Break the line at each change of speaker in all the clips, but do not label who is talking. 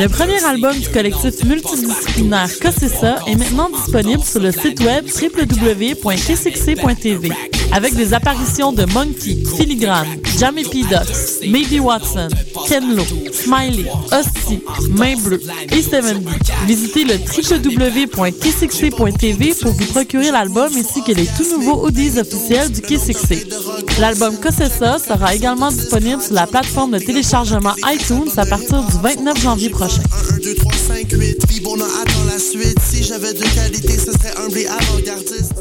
Le premier album du collectif multidisciplinaire Cossessa est maintenant disponible sur le site web www.kcc.tv avec des apparitions de Monkey, Filigrane, Jamie P. Ducks, Maybe Watson, Ken Lo, Smiley, Hostie, Main Bleue et Seven D. Visitez le www.kcc.tv pour vous procurer l'album ainsi que les tout nouveaux audios officiels du KCC. L'album Cossessa sera également disponible sur la plateforme de téléchargement iTunes à partir du 29 janvier prochain.
1, 2, 3, 5, 8, Vibona attend la suite. Si j'avais deux qualités, ce serait humble et avant-gardiste.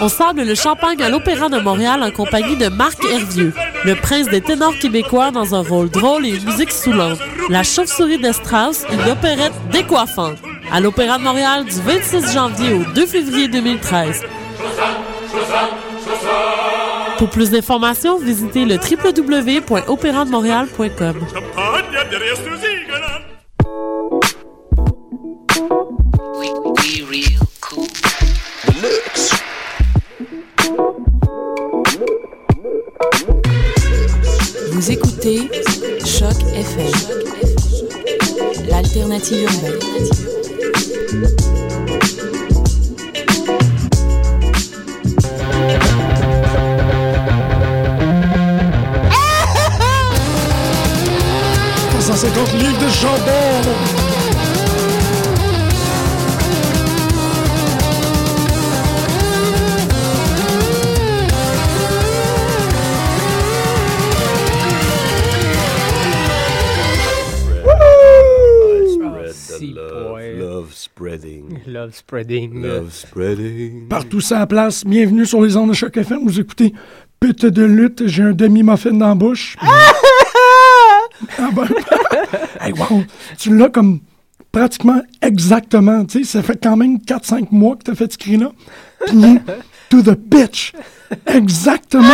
On sable le champagne à l'Opéra de Montréal en compagnie de Marc Hervieux, le prince des ténors québécois dans un rôle drôle et une musique soulante. La chauve-souris de Strauss, une opérette décoiffante. À l'Opéra de Montréal du 26 janvier au 2 février 2013. Pour plus d'informations, visitez le www.opérandemontréal.com.
Vous écoutez Choc FM, l'alternative urbaine.
livres de chambon.
The
boy.
love, love spreading.
Ah, Love spreading.
Love spreading.
Partout sans place, bienvenue sur les ondes de Choc FM. Vous écoutez Pute de lutte, j'ai un demi-muffin dans la bouche. ah ben, hey, wow, tu l'as comme pratiquement exactement. Tu sais, ça fait quand même 4-5 mois que tu as fait ce cri-là. Puis, to the pitch. Exactement.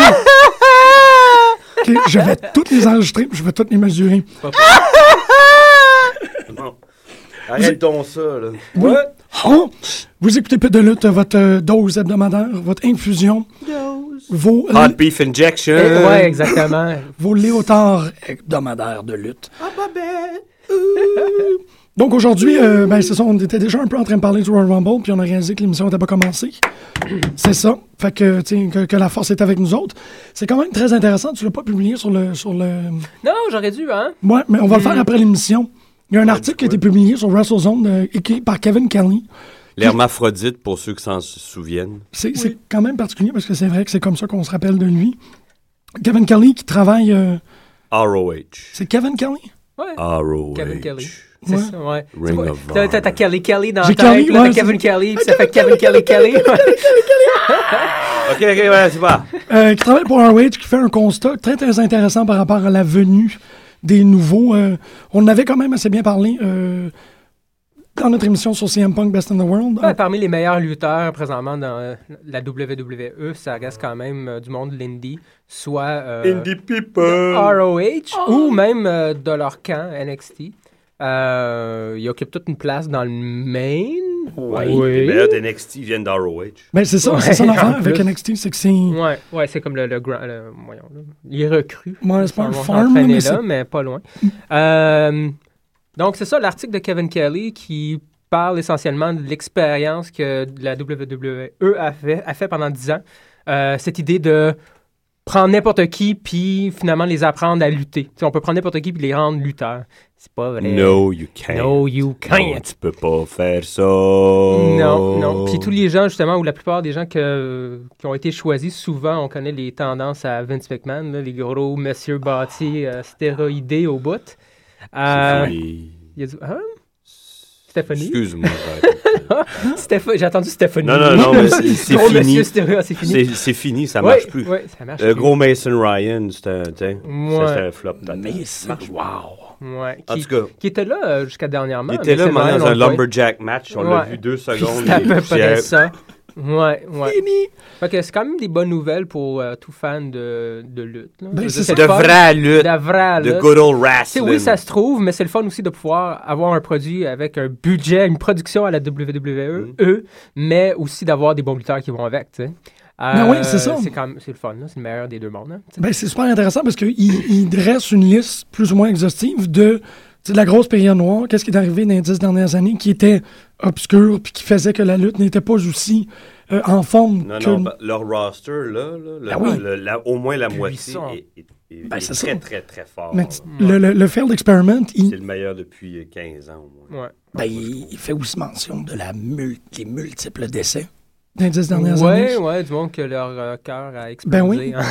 Ok, je vais toutes les enregistrer, puis je vais toutes les mesurer.
Arrêtons ça, là.
Oui. Oh! Vous écoutez Pute de lutte, votre euh, dose hebdomadaire, votre infusion. Vos,
Hot beef injection.
Eh, ouais, exactement.
vos léotards hebdomadaires de lutte. Donc aujourd'hui, euh, ben, c'est ça, on était déjà un peu en train de parler du Royal Rumble, puis on a réalisé que l'émission n'était pas commencée. C'est ça. Fait que, tu sais, que, que la force est avec nous autres. C'est quand même très intéressant. Tu l'as pas publié sur le... Sur le...
Non, j'aurais dû, hein?
Ouais, mais on va le faire après l'émission. Il y a un article qui a été publié sur WrestleZone de- écrit par Kevin Kelly.
L'hermaphrodite, pour ceux qui s'en souviennent.
C'est c'est quand même particulier parce que c'est vrai que c'est comme ça qu'on se rappelle de lui. Kevin Kelly qui travaille... euh,
ROH.
c'est Kevin Kelly?
Ouais.
ROH.
Kevin Kelly. C'est
Ouais.
ça, ouais.
Ah, Ring
C'est pas-
of
t'as- T'as t'as
Honor.
Kelly Kelly dans
J'ai
la tête,
Kelly,
là,
ouais,
t'as Kevin
c'est-
Kelly, puis ça fait Kevin Kelly Kelly.
OK, OK, ouais, c'est pas.
Euh, qui travaille pour ROH, qui fait un constat très, très intéressant par rapport à la venue des nouveaux. Euh, on en avait quand même assez bien parlé euh, dans notre émission sur CM Punk Best in the World. Ah,
Ouais, parmi les meilleurs lutteurs présentement dans euh, la WWE, ça reste quand même euh, du monde de l'indie, soit euh,
people.
ROH ou même euh, de leur camp NXT. Euh, ils occupent toute une place dans le main.
Ouais. Les meilleurs d'NXT viennent d'ROH.
Mais ben, c'est ça,
Ouais,
c'est ça l'affaire
en
avec
plus.
NXT, c'est que c'est.
Ouais, ouais, c'est comme le, le grand. le- voyons, là, les recrues.
Ouais, c'est pas un
Ils vont
farm,
s'entraîner
mais c'est-
là, mais pas loin. Euh, donc, c'est ça l'article de Kevin Kelly qui parle essentiellement de l'expérience que la WWE a fait, a fait pendant 10 ans. Euh, cette idée de prendre n'importe qui puis finalement les apprendre à lutter. Tu sais, on peut prendre n'importe qui puis les rendre lutteurs. C'est pas vrai.
No, you can't.
No, you
Non,
can't.
tu peux pas faire ça.
Non,
Oh.
non. Puis tous les gens, justement, ou la plupart des gens que- qui ont été choisis, souvent, on connaît les tendances à Vince McMahon, là, les gros messieurs bâtis euh, stéroïdés au bout. Euh,
Stéphanie.
il a dit, hein? Stéphanie?
Excuse-moi.
Stéph- J'ai entendu Stéphanie.
Non, non, non, mais c'est- c'est
Gros
fini.
monsieur stéro- c'est fini.
C'est c'est fini, ça marche
Ouais,
plus.
ouais, ça marche
Le
plus.
gros Mason Ryan, c'était un, tiens,
Ouais.
c'était un flop. total.
Ouais,
En
qui,
tout cas.
qui était là euh, jusqu'à dernièrement.
Il était là
mais c'est
maintenant,
vrai,
dans un
on le voit.
lumberjack match. On l'a
Ouais.
vu deux secondes.
C'est à peu
et puis, euh,
près ça. Ouais, ouais. Fait que c'est quand même des bonnes nouvelles pour euh, tout fan de, de lutte. là.
Ben,
Je veux
c'est ça.
dire,
De
le fun.
vraie lutte.
De vraie
De
lutte.
good old
Tu sais,
wrestling.
oui, ça se trouve, mais c'est le fun aussi de pouvoir avoir un produit avec un E,
Mm.
budget, une production à la WWE, eux, mais aussi d'avoir des bons lutteurs qui vont avec. tu sais. Euh,
Ben oui, c'est ça.
C'est quand même- c'est le fun, là. C'est le meilleur des deux mondes. hein, tu sais.
Ben, c'est super intéressant parce qu'il il dresse une liste plus ou moins exhaustive de, tu sais, de la grosse période noire, qu'est-ce qui est arrivé dans les dix dernières années qui était obscur puis qui faisait que la lutte n'était pas aussi euh, en forme
Non,
que...
non, bah, leur roster, là, là, le-
Ah oui.
le- la- au moins la moitié
Puissant.
est, est- est-
Ben,
est
c'est
très,
ça.
très, très fort.
Mais tu- le, le, le failed experiment, il,
C'est le meilleur depuis euh, 15 ans, au moins.
Ouais.
Ben, il, il fait aussi mention de la mul- des multiples décès.
dans les dix dernières
Ouais,
années...
ouais, du monde que leur euh, cœur a explosé.
Ben oui.
hein.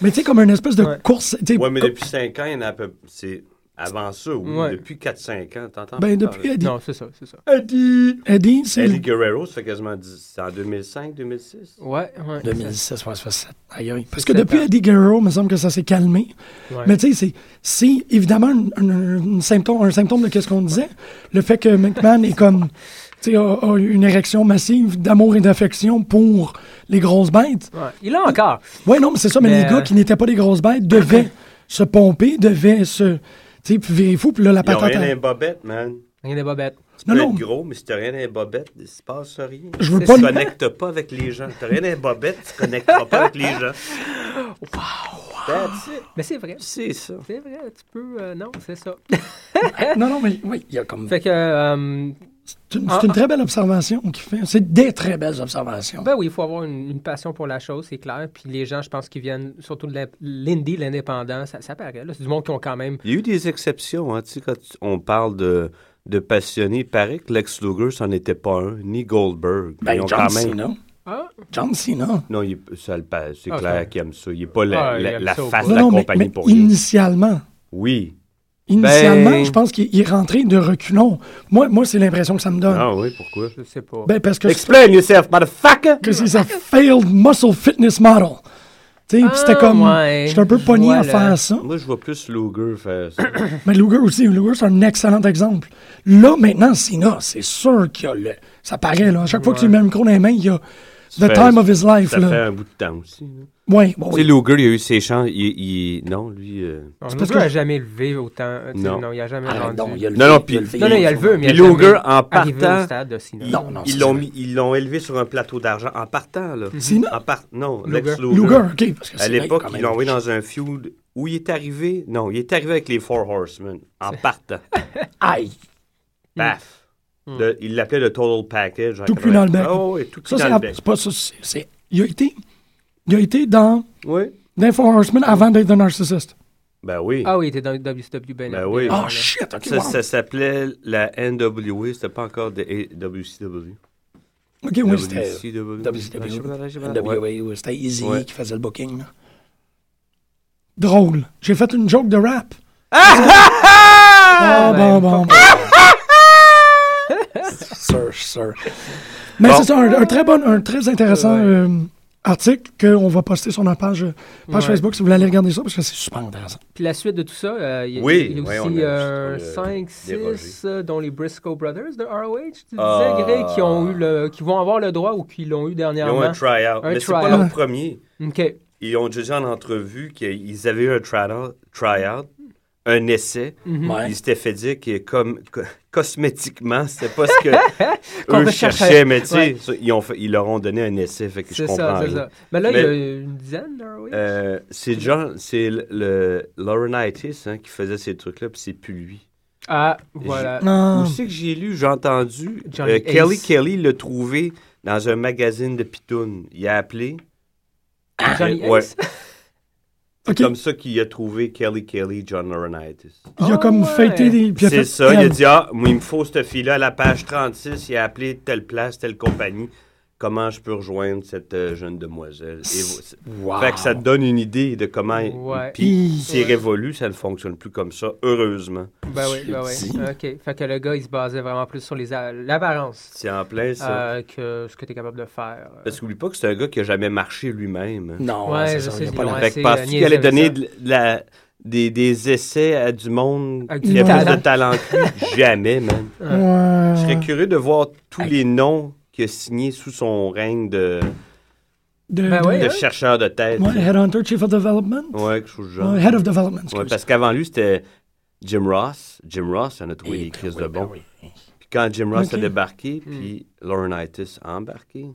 Mais tu sais, comme une espèce de
Ouais.
course... tu sais,
Ouais, mais
co-
depuis 5 ans, il y en a à peu c'est avant ça, oui.
Ouais.
Depuis 4-5 ans, t'entends?
Ben,
pas
depuis
parler.
Eddie...
non, c'est ça, c'est ça.
Eddie... Eddie, c'est...
Eddie Guerrero, ça fait quasiment 10... C'est en 2005, 2006?
Ouais, ouais.
2006, ouais, ça fait sept- aïe, aïe.
Parce que depuis Eddie Guerrero, il me semble que ça s'est calmé.
Ouais.
Mais tu sais, c'est- c'est évidemment un, un- un symptôme, un symptôme de qu'est-ce qu'on disait. Le fait que McMahon est comme, tu sais, a, a une érection massive d'amour et d'affection pour les grosses bêtes.
Ouais. Il a encore.
Ouais, non, mais c'est ça. Mais,
Mais,
les gars
euh,
qui n'étaient pas des grosses bêtes devaient se pomper, devaient se, tu sais, puis virer fou. Puis là, la
Ils n'ont
patate.
rien
à-
d'un bobette, man.
Rien n'est pas bête.
Tu
Non,
peux
non.
être gros, mais si t'as rien d'un bobette, il se passe rien.
Je veux
Tu
pas
ne
le-
connectes pas avec les gens. T'as rien d'un bobette, tu ne connecteras pas avec les gens. Wow!
Mais c'est vrai.
C'est ça.
C'est vrai, tu peux. euh, non, c'est ça.
Non, non, mais
Oui, il y a comme
Fait que. euh,
c'est une,
Ah,
c'est une
ah.
très belle observation qu'il fait.
C'est des très belles observations.
ben oui, il faut avoir une, une passion pour la chose, c'est clair. Puis les gens, je pense qu'ils viennent surtout de la- l'indie, l'indépendant, ça, ça paraît. là. C'est du monde qui ont quand même.
Il y a eu des exceptions. Hein, tu sais, quand tu- on parle de, de passionnés, il paraît que Lex Luger, c'en était pas un, ni Goldberg. Mais ils
Ben,
ont
John Cena.
Ah,
John Cena.
Non, il est- ça le pa- c'est
Ah, ça.
clair qu'il aime ça. Il n'est pas la,
Ah, il
la-
aime
la
ça au
face
bout.
de
Non,
la
non, mais,
compagnie
mais
pour rien.
initialement.
Oui.
Initialement,
Ben-
je pense qu'il il est rentré de reculons. Moi, moi c'est l'impression que ça me donne.
Ah oui, pourquoi?
je sais pas.
Ben, parce que
Explain yourself, motherfucker!
que c'est sa failed muscle fitness model. Tu sais, puis c'était
Ah,
comme.
ouais,
J'étais un peu
je
pogné
vois
à
le-
faire ça.
Moi, je vois plus Luger faire ça.
Mais Luger aussi, Luger, c'est un excellent exemple. Là, maintenant, Cena, c'est
C'est sûr qu'il y a le.
ça paraît, là. À chaque fois que tu mets le micro dans les mains, il y a The
fait-
Time of His Life,
ça fait
là.
un bout de temps aussi. là.
Ouais,
Tu
oui.
sais, Luger, il a eu ses chances. il- il- Non, lui... euh,
Non,
c'est
Luger
parce que
a
je-
jamais levé autant. euh, tu sais,
Non.
non, il a jamais
Arrête
rendu.
donc, il y a le
Non,
fait-
non,
il y a
puis-
le fait-
Non, non, il y a le vœu, mais il
Puis
a jamais
Luger, en
arrivé au
partant,
stade de Cena.
Non, non,
ils
c'est
l'ont
vrai.
mis- ils l'ont élevé sur un plateau d'argent en partant, là.
Cena?
En part- Non,
Luger.
Lex Luger.
Luger, OK. Parce que
À
C'est
l'époque,
vrai, quand
ils l'ont
même.
envoyé dans un feud où il est arrivé. Non, il est arrivé avec les Four Horsemen en partant.
Aïe.
Paf. Le- il l'appelait le Total Package. en
Hmm. Tout pris dans le bec.
80. Ah oui, tout pris
ça, c'est
dans le
la-
bec.
c'est pas ça. c'est- c'est- Il a été. Il a été dans.
Oui.
Dans Four Horsemen avant d'être The Narcissist.
Ben oui.
Ah oui, il était dans WCW Ben.
Ben oui.
Oh
Voilà.
shit, ok.
ça
wow.
ça s'appelait la NWA, c'était pas encore de WCW.
OK, oui. c'était-
c'était-
WCW.
WCW,
Ouais.
NWA, c'était Easy
Ouais.
qui faisait le booking. là.
Drôle. J'ai fait une joke de rap. Ah, bon,
ben,
bon, bon.
Sir, sir.
Mais c'est ça, un, un très bon, un très intéressant euh, article qu'on va poster sur notre page, euh, page
Ouais.
Facebook si vous voulez aller regarder ça parce que c'est super intéressant.
Puis la suite de tout ça, euh, il y a,
Oui,
il y a
oui,
aussi
on a-
euh,
on a
5,
dérogé.
6, euh, dont les Briscoe Brothers de ROH, tu disais,
Ah.
Greg, qui, ont eu le, qui vont avoir le droit ou qui l'ont eu
Ils ont
dernièrement.
un tryout.
Un
Mais c'est pas
tryout.
leur premier.
OK.
Ils ont déjà dit en entrevue qu'ils avaient eu un tryout, tryout, un essai.
Mhm.
Ouais.
Ils s'étaient fait dire que comme, co- cosmétiquement, c'était pas ce que
Qu'on
eux
recherchait.
cherchaient. Mais tu sais,
Ouais.
ça, ils, ont fait- ils leur ont donné un essai. Fait que je
C'est
comprends.
ça, c'est
rien.
ça. Mais là,
Mais-
il y a une dizaine de ROH.
Euh, c'est John, c'est le, le Laurinaitis hein, qui faisait ces trucs-là, puis c'est plus lui.
ah, voilà.
Ah,
Où c'est que j'ai lu, j'ai entendu,
Johnny
euh, Kelly
Ace.
Kelly l'a trouvé dans un magazine de Pitoun. Il a appelé.
Johnny
Euh, ouais.
Ace.
C'est
Ok.
comme ça qu'il a trouvé Kelly Kelly, John Laurinaitis.
il a
Ah,
comme
ouais.
fêté des. puis a
C'est
fait-
ça, il a
elle.
dit Ah, moi, il me faut cette fille-là à la page 36, il a appelé telle place, telle compagnie. Comment je peux rejoindre cette euh, jeune demoiselle? Et vo- c'est-
Wow.
Fait que ça te donne une idée de comment.
Ouais.
Puis
Hi.
c'est révolu, ça ne fonctionne plus comme ça, heureusement.
Ben oui, ben oui. OK. Fait que le gars, il se basait vraiment plus sur les a- l'apparence
C'est en plein ça.
euh, que ce que tu es capable de faire.
Parce qu'oublie pas que c'est un gars qui a jamais marché lui-même. hein.
Non,
Ouais,
c'est
je
ça,
sais,
il y a
c'est
pas la-
loin.
fait
c'est,
que penses-tu
euh,
qu'il allait
niaiseux,
donner
ça.
de la- des, des essais à du monde
Avec
qui
du
a plus
talent.
de talent que lui? Jamais, man.
Ouais.
Je serais curieux de voir tous les noms qu'il a signés sous son règne de,
De,
Ben
de-
ouais,
de
hein?
chercheur de tête.
ouais, Headhunter, Chief of Development.
Ouais, quelque chose de genre.
Ouais, Head of Development.
Ouais,
excuse.
parce qu'avant lui, c'était Jim Ross. Jim Ross, il en a
Eh,
trouvé des
ben
crises de bon. Puis quand Jim Ross
Ok.
Hmm.
a débarqué, puis Laurinaitis a embarqué,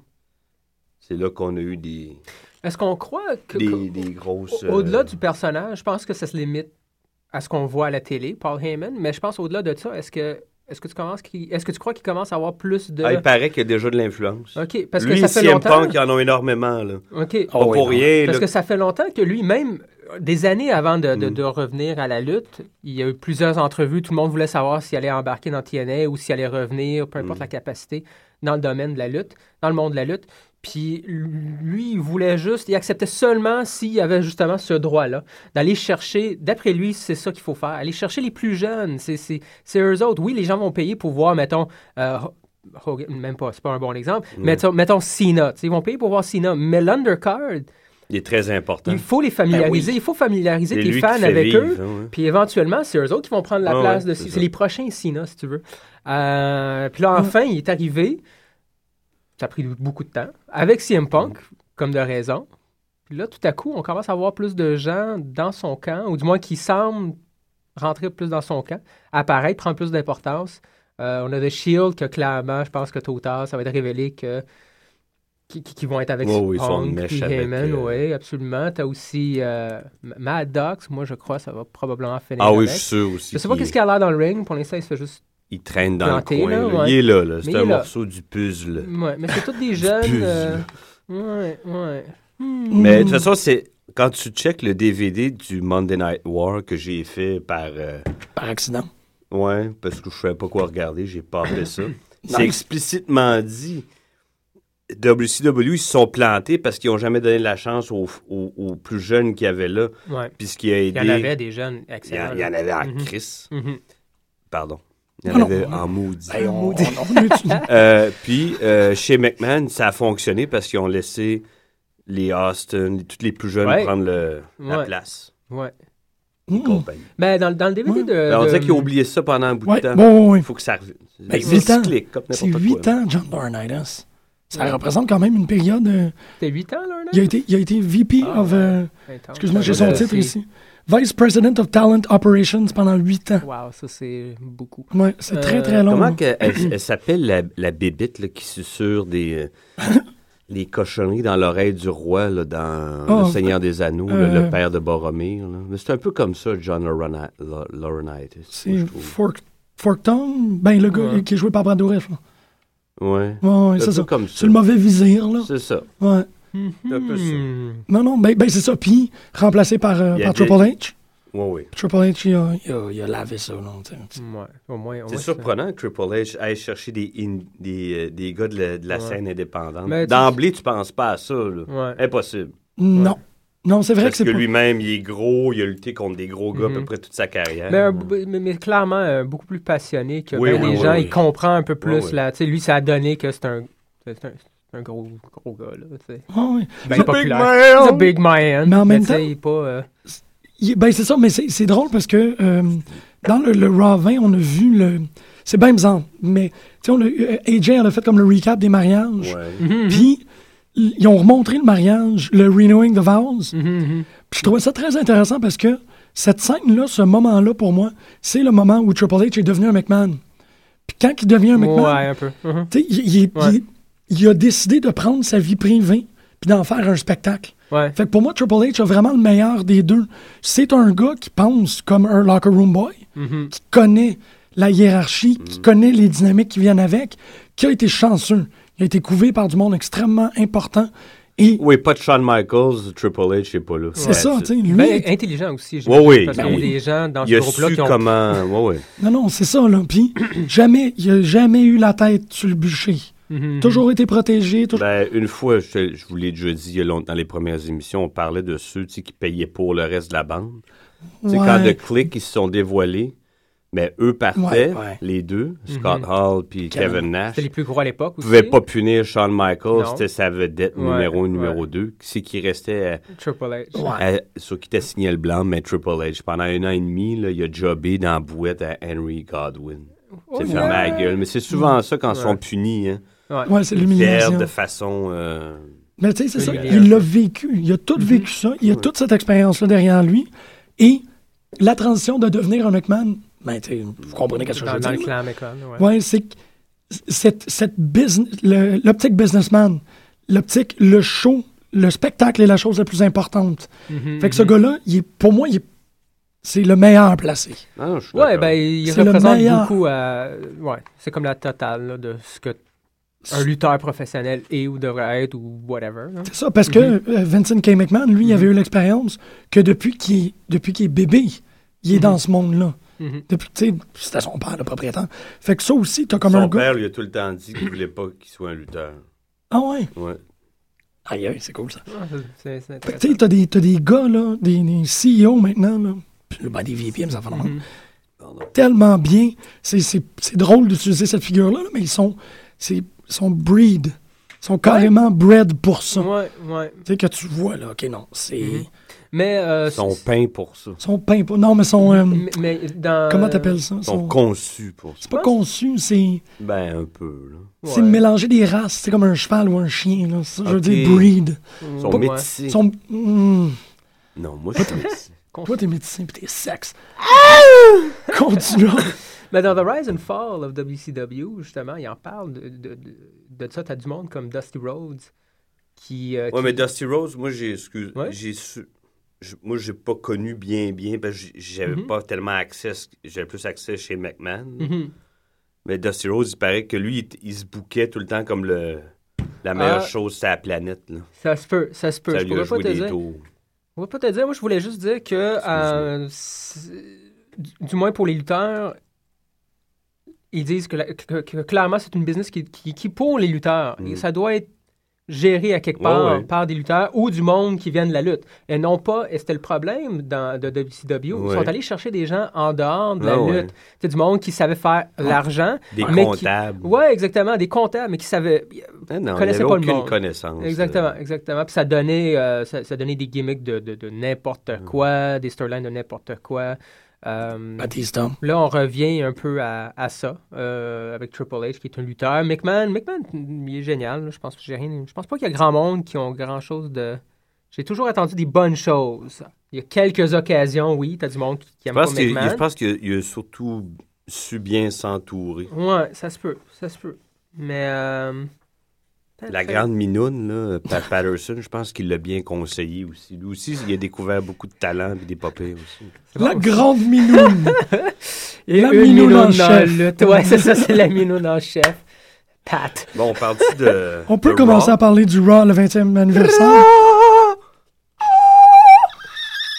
c'est C'est là qu'on a eu des,
Est-ce qu'on croit que...
des,
qu'au-
des grosses.
au- Au-delà
euh,
du personnage, je pense que ça se limite à ce qu'on voit à la télé, Paul Heyman, mais je pense au-delà de ça, est-ce que, est que, tu commences qu'il- est-ce que tu crois qu'il commence à avoir plus de...
Ah, il paraît qu'il y a déjà de l'influence.
OK, parce
Lui,
que ça fait
CM
longtemps...
Punk, ils en ont énormément. Là.
OK.
Pas
Ah oui,
pour
non.
rien.
Parce
là.
que ça fait longtemps que lui, même euh, des années avant de, de-
Mm.
de revenir à la lutte, il y a eu plusieurs entrevues. Tout le monde voulait savoir s'il allait embarquer dans TNA ou s'il allait revenir, peu importe
Mm.
la capacité, dans le domaine de la lutte, dans le monde de la lutte. Puis lui, il voulait juste, il acceptait seulement s'il y avait justement ce droit-là, d'aller chercher, d'après lui, c'est ça qu'il faut faire, aller chercher les plus jeunes, c'est, c'est, c'est eux autres. Oui, les gens vont payer pour voir, mettons, euh, Hogan-
Hmm.
même pas, c'est pas un bon exemple, mettons, mettons Cena, tu sais, ils vont payer pour voir Cena, mais l'undercard,
Il est très important.
il faut les familiariser. Il faut familiariser
Ben. C'est
tes
lui
fans
qui fait
avec
vivre,
eux.
hein, ouais.
Puis éventuellement, c'est eux autres qui vont prendre la
Ah
place
ouais,
de
c'est
C'est
ça.
les prochains Sina, si tu veux. Euh, puis là, enfin, il est arrivé. Ça a pris beaucoup de temps. Avec CM Punk,
Mm.
comme de raison. Puis là, tout à coup, on commence à voir plus de gens dans son camp, ou du moins qui semblent rentrer plus dans son camp, apparaître, prendre plus d'importance. Euh, on a The Shield que clairement, je pense que tôt ou tard, ça va être révélé que qui, qui- qui vont être avec
Oh oui, ils sont en
Punk,
mèche
puis
avec,
Heyman,
euh,
oui, absolument. T'as aussi euh, M- Mad Dox, moi je crois, ça va probablement finir
Ah oui,
avec.
je suis sûr aussi.
Je sais pas qu'est-ce qu'il y a là dans le ring. Pour l'instant, il se fait juste.
Il traîne dans
planté,
le coin.
là,
là.
ouais.
Il est là. là.
Mais
C'est
il est
un
là.
morceau du puzzle.
Ouais, mais c'est tous des
puzzle.
jeunes. euh, Ouais, ouais.
Mais de toute façon, c'est quand tu checkes le DVD du Monday Night War que j'ai fait par. euh,
Par accident.
Ouais, parce que je savais pas quoi regarder, j'ai pas fait ça.
Non.
C'est explicitement dit. WCW, ils se sont plantés parce qu'ils ont jamais donné la chance aux, aux- aux plus jeunes qu'il y avait là.
ouais.
Puis ce qui a
Il
aidé.
y en avait des jeunes
il y en-
excellents.
il y en
là.
avait en
Mhm.
crise.
Mhm.
Pardon. Il y
Ah
en
non.
avait en maudit.
Hey, on, on,
On est-
Euh, puis euh, chez McMahon, ça a fonctionné parce qu'ils ont laissé les Austin, les- tous les plus jeunes
Ouais.
prendre le- la
Ouais.
place.
Ouais.
et
Mm.
compagnie.
Ben, dans, le- dans le DVD
Ouais.
de.
Ben, on
de-
dirait qu'ils ont oublié ça pendant un bout
Ouais,
de temps.
bon, oui.
Il faut que ça revienne.
Ben,
C'est
huit ans.
cyclique, comme
C'est
n'importe
8
quoi.
ans, John Laurinaitis. Ça
Ouais.
représente quand même une période. euh,
C'était 8 ans, là, un an?
il, a été, il a été VP
Ah,
of. euh,
Intense.
Excuse-moi, j'ai
Euh,
son
euh,
titre
c'est-
ici. Vice President of Talent Operations pendant 8 ans.
Wow, ça, c'est beaucoup.
Ouais, c'est très,
Euh,
très long. hein.
Comment que- elle, elle s'appelle la, la bébite là, qui susurre des, euh, les cochonneries dans l'oreille du roi là, dans
Oh,
Le Seigneur des Anneaux,
euh,
là, le père de Boromir? là? Mais c'est un peu comme ça, John Laurena- La- Laurinaitis. moi,
C'est
je trouve.
Fork, Forktown, ben le gars
Ouais.
qui est joué par Brad Dourif. là.
Ouais.
Ouais, ouais,
C'est un
c'est
peu
ça.
comme
C'est
ça.
le mauvais vizir, là.
C'est ça.
Ouais.
C'est un peu ça.
Hmm.
Non, non, ben, ben, c'est ça. Puis, remplacé par, euh,
Il y a
par
des-
Triple H.
Ouais, ouais.
Triple H, il a-
Il a, il a lavé ça, non? tu sais.
Ouais, au moins.
Ah
au moins,
C'est surprenant que Triple H aille chercher des, in- des, euh, des gars de la, de la
Ouais.
scène indépendante.
Mais tu-
D'emblée, tu penses pas à ça. là.
Ouais.
Impossible.
Non. Non, c'est vrai
Parce
que
que,
c'est pas... Mm-hmm.
lui-même, il est gros, il a lutté contre des gros gars à
Mhm.
peu près toute sa carrière.
euh,
Mais, un- mais- mais clairement, euh, beaucoup plus passionné que
Oui,
ben,
oui,
les
oui,
gens.
oui.
Il comprend un peu plus.
Oui, oui.
là, tu sais, lui, ça a donné que c'est un, c'est un, c'est un gros, gros gars. Là, tu sais.
Ouais, ouais.
ben,
The Big
populaire.
Man!
The Big Man.
Mais en même
tu sais,
temps-
il est pas, euh,
Il- Ben, c'est ça, mais c'est c'est drôle parce que euh, dans le, le Raw 20, on a vu le. C'est bien bizarre, mais tu sais, on a eu- euh, AJ, elle a fait comme le recap des mariages.
Ouais.
Mhm,
Puis, l- ils ont remontré le mariage, le Renewing the
Mhm,
Vows. Puis, je trouvais ça très intéressant parce que cette scène-là, ce moment-là, pour moi, c'est le moment où Triple H est devenu un McMahon. Puis, quand il devient un McMahon,
ouais, un peu. Mhm.
tu sais, il, il est-
Ouais.
il- il a décidé de prendre sa vie privée puis d'en faire un spectacle.
Ouais.
Fait que pour moi, Triple H a vraiment le meilleur des deux. C'est un gars qui pense comme un locker room boy, qui connaît la hiérarchie, qui connaît les dynamiques qui viennent avec, qui a été chanceux. Il a été couvé par du monde extrêmement important. Et
Oui, pas de Shawn Michaels, Triple H, je sais pas là.
c'est ça, tu sais, lui...
Ben, intelligent aussi.
Ouais,
j'imagine,
oui,
Parce
ben
qu'il y a
oui.
des gens dans
Il
ce
a
groupe-là
su
qui ont.
comment. Ouais, ouais.
Non, non, c'est ça, là. Puis jamais, il a jamais eu la tête sur le bûcher.
Mhm.
Toujours été protégé, toujours...
Ben, une fois, je, je vous l'ai déjà dit il y a longtemps, dans les premières émissions, on parlait de ceux tu sais, qui payaient pour le reste de la bande. Tu sais, Quand
Ouais.
The Click, ils se sont dévoilés, mais eux partaient,
Ouais, ouais.
les deux, Scott Hall puis Kevin, Nash.
Mhm. C'était les plus gros à l'époque
Ils
aussi.
pouvaient pas punir Shawn Michaels,
Non.
c'était sa vedette
Ouais,
numéro
ouais.
un, numéro 2. C'est qui restait à-
Triple H.
à- sur qui t'a signé le blanc, mais Triple H. Pendant un an et demi, là, il a jobé dans la bouette à Henry Godwin. c'est fermé à la gueule. Mais c'est souvent ça quand ils sont
Ouais.
punis. Hein.
Ouais.
Ouais, c'est
Ils
l'humiliation.
perdent de façon. euh,
Mais tu sais, c'est ça.
Oui,
Il l'a vécu. Il a
Mm-hmm.
tout vécu ça. Il a toute cette expérience-là derrière lui. Et la transition de devenir un McMahon,
Ben, tu sais, vous comprenez qu'est-ce que je
Dans,
veux
dans le
dire?
clan McClone. Ouais.
ouais, c'est que cette, cette business, le- l'optique businessman, l'optique, le show, le spectacle est la chose la plus importante.
Mm-hmm,
Fait que ce gars-là, il est- pour moi, il est- c'est le meilleur placé.
Ah, non, je suis
Ouais,
d'accord.
ben, il
C'est le
représente
meilleur.
beaucoup à. Ouais, c'est comme la totale là, de ce que un lutteur professionnel est ou devrait être ou whatever. là.
C'est ça, parce
Mhm.
que euh, Vincent K. McMahon, lui, il avait eu l'expérience que depuis qu'il est, depuis qu'il est bébé, il est dans ce monde-là.
Mhm.
Depuis, tu sais, c'était son père, le propriétaire. Fait que ça aussi, t'as comme un
Son
gars.
père lui a tout le temps dit qu'il voulait pas qu'il soit un lutteur.
Ah ouais?
Ouais.
Aïe, aïe, c'est cool ça.
Ouais, Ah, c'est- c'est
Fait que
intéressant.
tu sais, t'as des, t'as des gars, là, des, des CEO maintenant, là. Puis, ben, des VP, mais ça fait longtemps.
Mhm.
Pardon.
tellement bien. C'est- C'est c'est drôle d'utiliser cette figure-là, là, mais ils sont, c'est- ils sont breed. Ils sont carrément bred pour ça.
Ouais, ouais.
Tu sais, que tu vois, là, OK, non, c'est...
Mhm. Mais, euh,
Son
c'est-
pain pour ça.
Ils sont peints pour... Non, mais ils sont... euh,
mais, mais dans.
comment t'appelles ça? Ils
Son
sont
conçu pour ça.
pas conçus, c'est
Ben, un peu, là.
c'est
euh, Ouais.
mélanger des races. C'est comme un cheval ou un chien, là. Ça, Je veux
Ok.
dire breed.
Son
Mm. Ouais.
métissé.
Ils sont... hmm,
Non, moi, je suis métissé.
toi, t'es médecin pis t'es sexe. Continuons.
Mais dans The Rise and Fall of WCW, justement, il en parle de, de, de, de ça. T'as du monde comme Dusty Rhodes qui. euh,
Ouais,
qui-
mais Dusty Rose, moi, j'ai. Excuse.
Ouais.
J'ai su. je- Moi, j'ai pas connu bien, bien, parce que j'ai- j'avais
Mm-hmm.
pas tellement accès. à ce- J'avais plus accès chez McMahon.
Mhm.
Mais Dusty Rose, il paraît que lui, il, t- il se bouquait tout le temps comme le, la meilleure
Ah.
chose sur la planète. Là.
Ça se peut, ça se peut.
Ça
je
lui a
pourrais pas
joué
te
des
dire.
tours.
Je pourrais pas te dire. Moi, je voulais juste dire que, euh, c'est- du du moins pour les lutteurs, ils disent que, la- que- que clairement, c'est une business qui, qui, qui pour les lutteurs. Et ça doit être géré à quelque
Mm. Ouais,
part
ouais.
par des lutteurs ou du monde qui viennent de la lutte. Et non pas, et c'était le problème dans, de WCW, ils
Ouais. Ah
sont allés chercher des gens en dehors de la
Ouais, ouais.
lutte. C'est du monde qui savait faire l'argent.
Des
Ah, mais qui-
comptables.
Ouais, exactement, des comptables, mais qui savaient...
Ah non, il
connaissait
avait
pas le
aucune
monde.
connaissance.
Exactement,
là.
exactement. Puis ça donnait, euh, ça, ça donnait des gimmicks de, de- de
Mm.
n'importe quoi, des storylines de n'importe quoi. Euh,
Ben
Batista.
là, on revient un peu à, à ça euh, avec Triple H qui est un lutteur. McMahon, McMahon, il est génial. là. Je pense que j'ai rien. Je pense pas qu'il y a grand monde qui ont grand chose de. J'ai toujours attendu des bonnes choses. Il y a quelques occasions, oui, t'as du monde qui, qui
Je
aime pas
pense qu'il-
McMahon.
je pense qu'il il a surtout su bien s'entourer.
Ouais, ça se peut, ça se peut. Mais euh,
La
peut-être-
grande minoune, là, Pat Patterson, je pense qu'il l'a bien conseillé aussi. Lui aussi, il a découvert beaucoup de talent et des papiers aussi.
La grande minoune.
Et
La
une
minoune
minoune
en
en
chef.
lutte. Ouais, c'est ça, c'est la minoune en chef. Pat.
Bon, on parle de.
On peut
de
commencer
Raw?
à parler du Raw, le 20e anniversaire.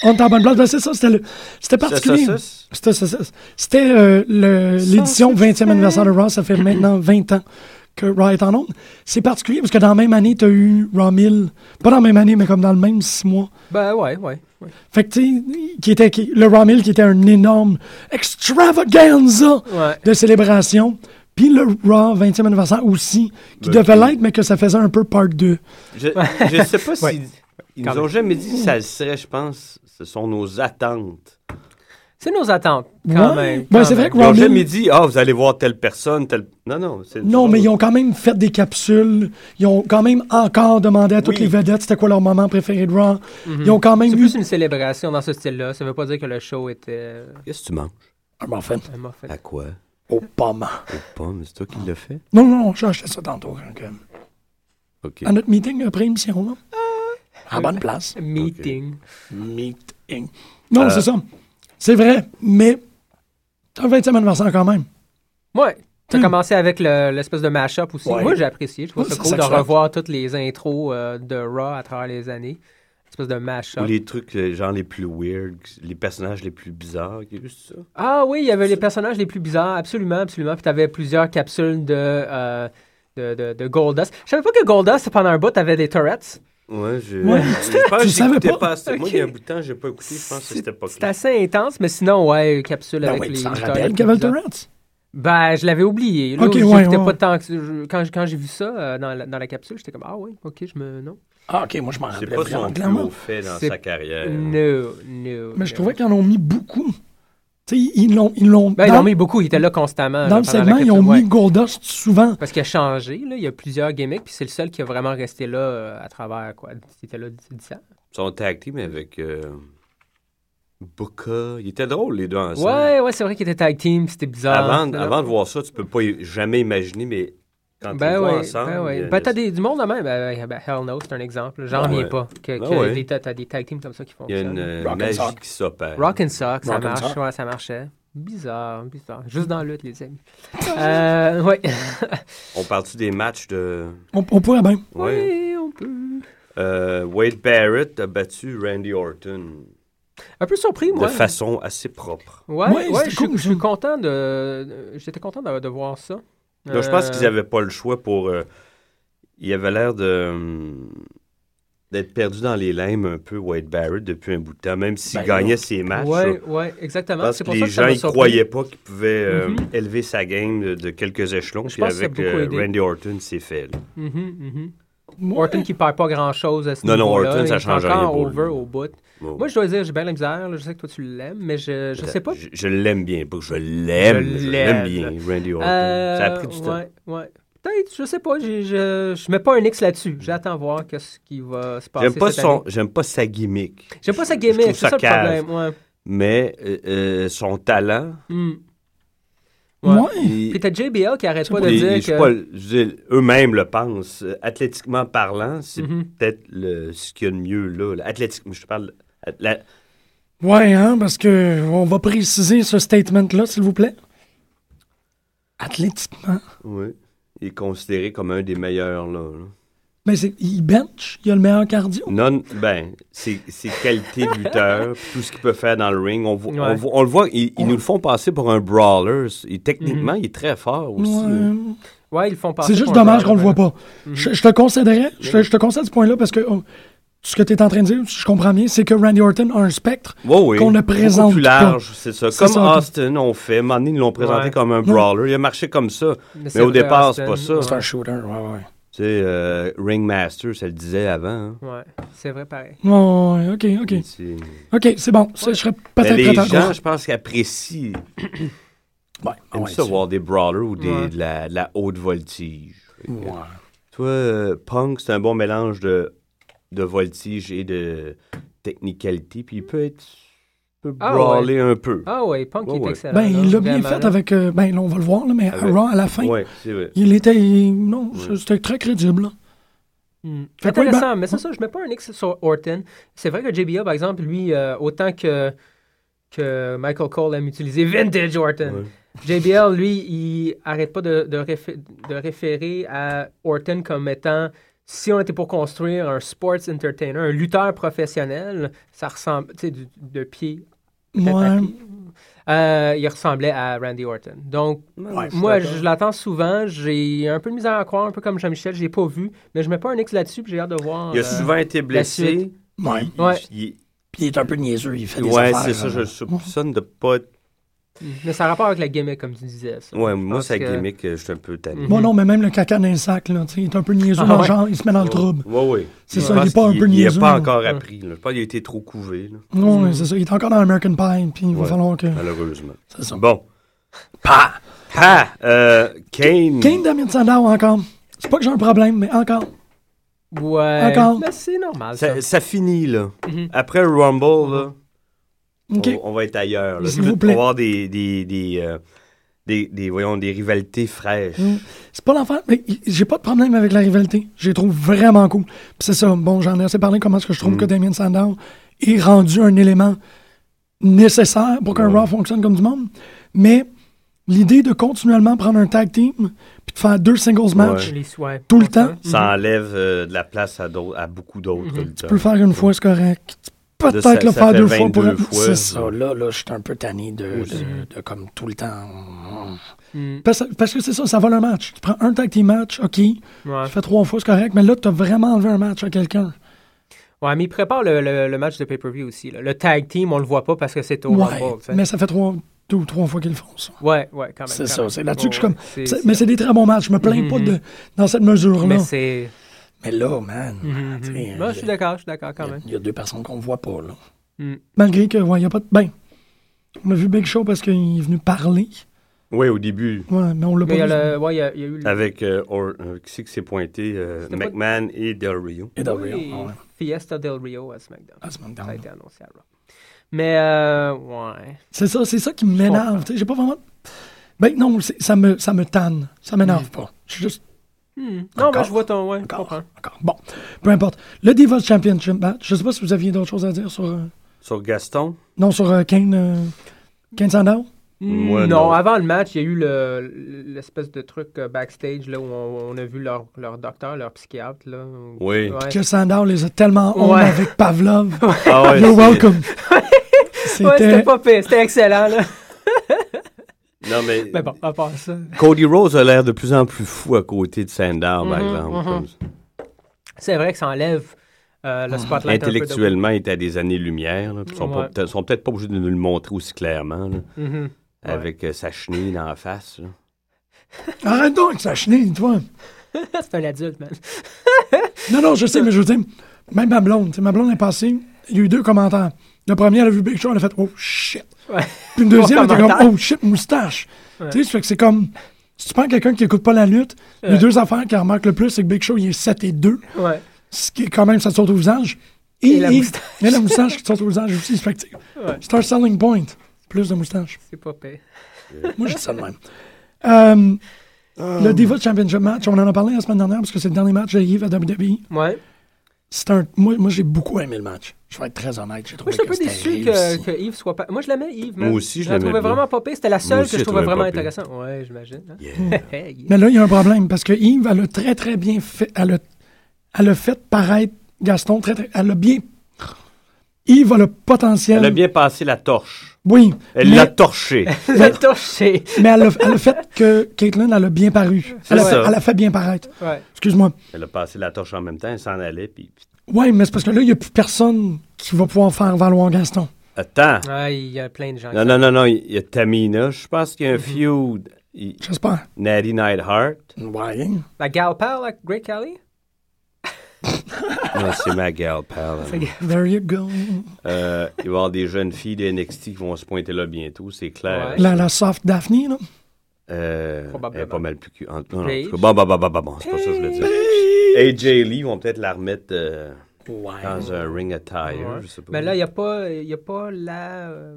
On est en bonne place. Ben, c'est ça, c'était le- c'était particulier.
Ça, ça, ça,
C'était ça, ça. C'était, euh, le- l'édition 20e anniversaire de Raw. Ça fait maintenant 20 ans que Raw est en onde. C'est particulier parce que dans la même année, tu as eu Raw 1000. Pas dans la même année, mais comme dans le même six mois.
Ben ouais, ouais. ouais.
Fait que, tu sais, qui était, qui- le Raw 1000 qui était un énorme extravaganza
Ouais.
de célébration. Puis le Raw 20e anniversaire aussi, qui
Ben,
devait
puis-
l'être, mais que ça faisait un peu part 2.
Je, je sais pas si.
Ouais.
Ils
Quand
nous ont
même.
jamais dit que ça le serait, je pense. Ce sont nos attentes.
C'est nos attentes, quand
Ouais.
même.
Ben,
quand
c'est vrai
même.
que
Ils n'ont
Raw 1000
jamais dit, ah, vous allez voir telle personne, telle. Non, non. c'est-
Non,
Ben
mais ils ont quand même fait des capsules. Ils ont quand même encore demandé à toutes
Oui.
les vedettes c'était quoi leur moment préféré de Raw. Ils ont quand même
Mhm. C'est
eu.
plus une célébration dans ce style-là. Ça veut pas dire que le show était
Qu'est-ce que tu manges
Un muffin.
un muffin.
À quoi
Aux pommes.
Aux pommes, c'est toi qui l'as fait
Non, non, non, j'ai acheté ça tantôt. quand même.
OK.
À notre meeting après émission, là. À bonne place.
Meeting. Euh.
Meeting. Non, c'est ça. C'est vrai, mais. C'est un 20e anniversaire quand même.
Ouais. T'as
Hmm.
commencé avec le- l'espèce de mash-up aussi.
Ouais.
Moi, j'ai apprécié. Je trouve
Ouais,
ça
c'est
cool de
sexuel.
revoir toutes les intros euh, de Raw à travers les années. Espèce de
Ou
mash-up.
les trucs, euh, genre, les plus weird, les personnages les plus bizarres. Il y a eu ça.
Ah oui, il y avait les personnages les plus bizarres, absolument, absolument. Puis t'avais plusieurs capsules de, euh, de, de, de Goldust. Je savais pas que Goldust, pendant un bout, t'avais des turrets.
Ouais, je.
Ouais.
je pense
Tu
que
savais
j'écoutais
pas?
pas. assez. Moi, il y a un bout de temps, j'ai pas écouté. Je pense que c'était pas
C'était
clair.
assez intense, mais sinon, ouais, capsule
Ben
avec
oui,
les.
tu t'en
turrets
rappelles,
les
Kevin
plus bizarres.
Durant.
Ben, je l'avais oublié. Là,
Ok,
j'écoutais
ouais, ouais,
pas
ouais.
tant que. je- quand, quand j'ai vu ça euh, dans, la, dans la capsule, j'étais comme, ah oui, ok, je me. Non.
Ah, ok, moi je m'en
C'est pas
rappelais
son
vraiment
plus
clairement.
haut fait dans
C'est-
sa carrière.
No, no.
Mais je trouvais qu'ils en ont mis beaucoup. Tu sais, ils l'ont. Ils l'ont euh,
Ben, ils
dans
ont mis beaucoup, il était là constamment.
dans
là,
le
pendant la
segment, ils ont
capsule, ouais.
mis Goldust souvent.
Parce qu'il a changé, là, il y a plusieurs gimmicks, puis c'est le seul qui a vraiment resté là euh, à travers, quoi. Il était là 10 ans.
Son tag team avec. Euh... Booker. Il était drôle, les deux ensemble.
Ouais, ouais, Ah, c'est vrai qu'il était tag team, c'était bizarre.
Avant,
Là,
avant de voir ça, tu peux pas i- jamais imaginer, mais Quand on
Ben
voit
oui,
ensemble.
ben oui.
euh,
Ben t'as des, du monde de même. Ben, ben, ben, Hell No, c'est un exemple. J'en
Ben
reviens
ouais.
pas. Que,
Ben
que
ouais.
des- t'as t'as des tag teams comme ça qui font
Il y a
ça.
une euh,
Rock and
magie
sock.
qui s'opère.
Rock and Sock, ça
Rock and
marche.
Sock.
Ouais, ça marchait. Bizarre, bizarre. Juste dans la lutte, les amis. euh, ouais.
On parle-tu des matchs de.
On, on pourrait bien.
Ouais.
Oui, on peut.
Euh, Wade Barrett a battu Randy Orton
Un peu surpris, moi.
de façon assez propre.
Ouais,
Ouais,
ouais,
c'était
je,
cool,
suis- je
ça.
suis content de. J'étais content de, de voir ça.
Donc, Ben, je pense
Euh,
qu'ils n'avaient pas le choix pour. euh, il avait l'air de. hum, d'être perdu dans les limbes un peu, Wade Barrett, depuis un bout de temps, même s'il
Ben,
gagnait ses matchs.
Euh, Ouais,
ça.
ouais,
Je
exactement.
pense que
C'est pour ça
les
que ça
gens
m'a
ne
surpris.
croyaient pas qu'il pouvait euh,
Mhm.
élever sa game de, de quelques échelons.
Je
Puis
pense que ça a
avec
beaucoup
euh,
aidé.
Randy Orton, c'est fait. là.
Mhm, mhm.
Moi,
Orton qui perd pas grand chose à ce
Non, non,
niveau-là.
Orton, ça
Il est
change rien
encore
pour
over
lui.
au bout.
Bon.
Moi, je dois dire, j'ai bien la misère. là. Je sais que toi, tu l'aimes, mais je, je sais pas.
Je, je l'aime bien, pas que je l'aime.
Je
Je l'aime bien,
l'aime.
Randy Orton.
Euh,
ça a pris du temps.
ouais, ouais. Peut-être, je sais pas. j'ai- je, je mets pas un X là-dessus. J'attends voir qu'est-ce qui va se passer.
J'aime pas,
cette
son-
année.
j'aime pas sa gimmick,
J'aime pas sa
je trouve
gimmick. C'est
ça
ça le
cave.
problème. Ouais.
mais euh, euh, son talent.
Mm. Ouais.
moi,
il-
Puis t'as JBL qui arrête pas de
il-
dire
il- je sais
que.
pas, je veux dire, Eux-mêmes le pensent. Euh, Athlétiquement parlant, c'est
Mhm.
peut-être le- ce qu'il y a de mieux là. là. Athlétiquement, je te parle. at- la-
ouais, hein, parce que on va préciser ce statement-là, s'il vous plaît. Athlétiquement.
ouais. Il est considéré comme un des meilleurs là. là.
Ben, c'est, il bench, il a le meilleur cardio.
Non, ben, c'est c'est qualité de lutteur, puis tout ce qu'il peut faire dans le ring. On, voit-
Ouais. Mm-hmm.
on voit- on le voit, ils, ils nous le font passer pour un brawler. Et techniquement, il est très fort aussi. là.
Ouais.
Ouais, ils le font passer
Euh, C'est juste
pour un
dommage qu'on le
joueur,
ben.
voit pas. je, je te concéderais, je, te- je te concède ce point-là parce que oh, ce que tu es en train de dire, si je comprends bien, c'est que Randy Orton a un spectre
Ouais, oui.
qu'on ne
Beaucoup
présente
plus
pas.
large, c'est ça.
C'est
Comme
ça.
Austin, on fait. Manny, ils l'ont présenté
Ouais.
comme un
Non.
brawler. Il a marché comme ça. Mais,
c'est
au
vrai,
départ, c'est
Austin.
pas ça.
Ouais.
Tu
C'est un shooter, ouais, ouais.
sais, euh, Ringmaster, ça le disait avant. hein.
Ouais, c'est vrai pareil.
Oh, ouais, ok, ok.
C'est-
Ok, c'est bon. Ça, je serais
Mais
peut-être
les
prêt à
gens, je pense, qu'ils apprécient
Ouais,
Ah
aiment
ouais,
ça,
c'est-
voir des brawlers ou des,
Ouais.
de, la, de la haute voltige.
ouais.
Toi, euh, Punk, c'est un bon mélange de, de voltige et de technicalité, puis il peut être peut
Ah,
brawler un peu.
Ah ouais, Punk
Ouais,
il est
ouais.
excellent.
Ben,
là,
il l'a bien
vraiment,
fait
là.
avec. euh, ben, là, on va le voir, là, mais à
Avec-
Raw, à la fin,
Oui, c'est vrai.
il était. il- non, c'était très crédible. là.
Mm.
Fait que oui,
Intéressant,
bah,
ben-
mais c'est ça, je mets pas un X sur Orton. C'est vrai que JBL, par exemple, lui, euh, autant que, que Michael Cole aime utiliser Vintage Orton, JBL, lui, il arrête pas de, de, réfé- de référer à Orton comme étant, si on était pour construire un sports entertainer, un lutteur professionnel, ça ressemble, tu sais, du- de pied à
Ouais.
pied. Euh, il ressemblait à Randy Orton. Donc,
Ouais, je
moi, je, je l'attends souvent. J'ai un peu de misère à croire, un peu comme Jean-Michel, je l'ai pas vu, mais je mets pas un X là-dessus, puis j'ai hâte de voir.
Il a
euh,
souvent été blessé.
suite.
Ouais.
Ouais,
Il-
Puis il est un peu niaiseux, il fait des
Ouais,
affaires. euh.
c'est ça, je le soupçonne de pas être-
mais ça a rapport avec la gimmick, comme tu disais. ça.
Ouais,
Je
moi,
pense
sa
que-
gimmick, euh, je suis un peu tanné.
Bon, Mhm. Oh, non, mais même le caca dans le sac, là, tu sais, il est un peu niaiseux
Ah,
dans le
ouais.
genre, il se met dans le trouble.
Ouais, ouais.
C'est
Je
ça, il
pense
est pas un
qu'il-
peu
Il
niaiseux,
n'a pas
là.
encore appris. là. Je pense qu'il a été trop couvé, là,
Non, ouais, c'est ça, il est encore dans American Pie, puis il va
Mm. Ouais.
falloir que.
malheureusement.
C'est ça.
Bon. Pa! Pa! Euh, Kane.
Kane Damien Sandow encore. C'est pas que j'ai un problème, mais encore.
Ouais.
Encore.
Mais c'est normal. Ça.
Ça, ça finit, là. Après le Rumble, là,
Mhm. OK.
on, on va être ailleurs. là.
S'il
Tout-
vous plaît.
On va avoir des, des, des, euh, des, des- voyons, des rivalités fraîches.
Mhm. C'est pas l'enfer, mais il- j'ai pas de problème avec la rivalité. Je les trouve vraiment cool. Puis c'est ça, bon, j'en ai assez parlé comment est-ce que je trouve
Mm.
que Damien Sandow est rendu un élément nécessaire pour qu'un Raw fonctionne comme du monde. Mais l'idée de continuellement prendre un tag team puis de faire deux singles matchs,
Les souhaits.
Tout le temps.
Ça enlève euh, de la place à, d'autres- à beaucoup d'autres.
Mhm. tu peux le faire une fois, c'est correct. Tu peux
De ça-
Peut-être le
ça
faire
fait
deux fois pour
22 fois.
C'est ça.
Ça, là, là, je suis un peu tanné de, de, de comme tout le temps.
Mm.
Mm.
Parce, parce que c'est ça, ça vole un match. Tu prends un tag team match, OK.
Ouais.
Tu fais trois fois, c'est correct. Mais là, tu as vraiment enlevé un match à quelqu'un.
Ouais, mais il prépare le, le- le match de pay-per-view aussi. là. Le tag team, on le voit pas parce que c'est au
Ouais,
Rumble. tu sais.
mais ça fait trois, deux ou trois fois qu'ils le font, ça.
Ouais, ouais, quand même.
C'est
quand
ça,
même.
c'est là-dessus que je suis
Ouais,
comme.
ouais,
C'est- Mm-hmm. mais c'est des très bons matchs. Je me plains pas de, dans cette mesure-là. Mm-hmm. Bah,
Mais c'est.
Mais là, man, tu sais,
Moi, je suis d'accord, je suis d'accord quand même.
il y a deux personnes qu'on voit pas, là.
Mm. Malgré que, ouais, y a pas de. Ben, on a vu Big Show parce qu'il est venu parler.
Oui, au début,
Ouais, mais on l'a
Mais
pas
il y a
vu.
le- ouais, il y a, il y a eu le
avec euh, Or- euh, qui c'est qui s'est pointé euh,
C'était pas-
McMahon et Del Rio.
Et
Oui,
Del
ah
Rio, ouais.
Fiesta Del Rio à SmackDown.
À ce moment-là.
Ça a été annoncé à Raw. Mais, euh, ouais.
C'est ça, c'est ça qui Mm. m'énerve. tu sais, J'ai pas vraiment. Ben, non, c'est- ça me, ça me tanne. Ça m'énerve pas. Je suis juste
Hmm. Non, mais
Encore.
je vois ton. Ouais, je
Encore.
comprends.
Encore. Bon, peu importe. Le Divas Championship match, je sais pas si vous aviez d'autres choses à dire sur... euh,
Sur Gaston,
non, sur euh, Kane, euh, Kane Sandow?
Moi,
Hmm, non,
non.
avant le match, il y a eu le- l'espèce de truc euh, backstage là, où on, on a vu leur, leur docteur, leur psychiatre. Là,
Oui.
Ouais.
Que Sandow les a tellement honte
Ouais.
avec Pavlov.
Ah ouais,
You're
c'est-
welcome.
Ouais, c'était
C'était...
pas pire, c'était excellent. Là.
Non, mais,
Mais Ben bon, à part ça.
Cody Rose a l'air de plus en plus fou à côté de Sandow, par
Mhm,
exemple.
mhm.
comme ça.
C'est vrai que ça enlève euh, le spotlight. un peu de-
Intellectuellement, il est à des années-lumière. là, puis Ils sont
Ouais.
pas- peut-être- sont peut-être pas obligés de nous le montrer aussi clairement, là,
Mhm. Ouais. Euh,
avec euh, sa chenille dans la face. là.
Arrête donc, ça chenille, toi.
c'est un adulte, man.
Non, non, je sais, mais je veux dire, même ma blonde, tu sais, ma blonde est passée, il y a eu deux commentaires. Le premier, elle a vu Big Show, elle a fait Oh shit.
Ouais.
Puis le deuxième, elle était comme
commentaire.
Oh shit, moustache. Tu sais, ça fait que c'est comme. Si tu prends quelqu'un qui écoute pas la lutte, les deux affaires qu'elle remarque le plus, c'est que Big Show, il est 7 et 2,
Ouais.
ce qui est quand même, ça te saute au visage. Et,
Et la moustache.
et la moustache qui te saute au visage aussi. Ça fait que c'est- C'est un selling point. Plus de moustache.
C'est pas pire.
Moi, je dis ça de même. Euh, Le Diva Championship match, on en a parlé la semaine dernière parce que c'est le dernier match de Yves à WWE.
Ouais.
C'est un. Moi, moi j'ai beaucoup aimé.
aimé le match. Je vais être très honnête. J'ai trouvé
Moi, je suis un
que
peu
c'était
déçu
réussi.
que, que Yves soit pas. Moi, je l'aimais, Yves. man.
Moi aussi, je
la
l'aimais
trouvais
bien.
vraiment pas pire. C'était la seule
aussi,
que
je
je trouvais
trouvais
vraiment
pas pire.
intéressante. Ouais, j'imagine. hein. Hey.
Mais là, il y a un problème parce que Yves, elle a très, très bien fait. Elle a, elle a fait paraître Gaston très, très. Elle a bien. Yves a le potentiel.
Elle a bien passé la torche.
Oui.
Elle
mais,
l'a torchée.
Le touché.
mais elle, a, elle a fait que Caitlyn, elle a bien paru. Elle a,
ça.
fait, elle a fait bien paraître.
Ouais.
Excuse-moi.
Elle a passé la torche en même temps, elle s'en allait. Puis... puis-
Oui, mais c'est parce que là, il n'y a plus personne qui va pouvoir faire valoir Gaston.
Attends.
Ouais, il y a plein de gens.
Non, non, non, non. Il y a Tamina. Je pense qu'il y a un
Mm-hmm.
feud. Il-
J'espère.
Natty Nightheart.
Ouais.
La gal pal, la Great Cali?
Non, c'est ma gal, pal.
There you go.
Euh, il va y avoir des jeunes filles de NXT qui vont se pointer là bientôt, c'est clair.
Ouais.
La, la soft Daphne, là.
Euh,
Probablement.
elle est pas mal plus cu- en- non, non, en
Paige.
tout cas, bon, bon, bon, bon, bon, bon, c'est pas ça que je voulais dire. AJ Lee ils vont peut-être la remettre euh, dans un ring attire,
Ouais.
je sais pas.
Mais là, il n'y a pas, il y a pas la. euh,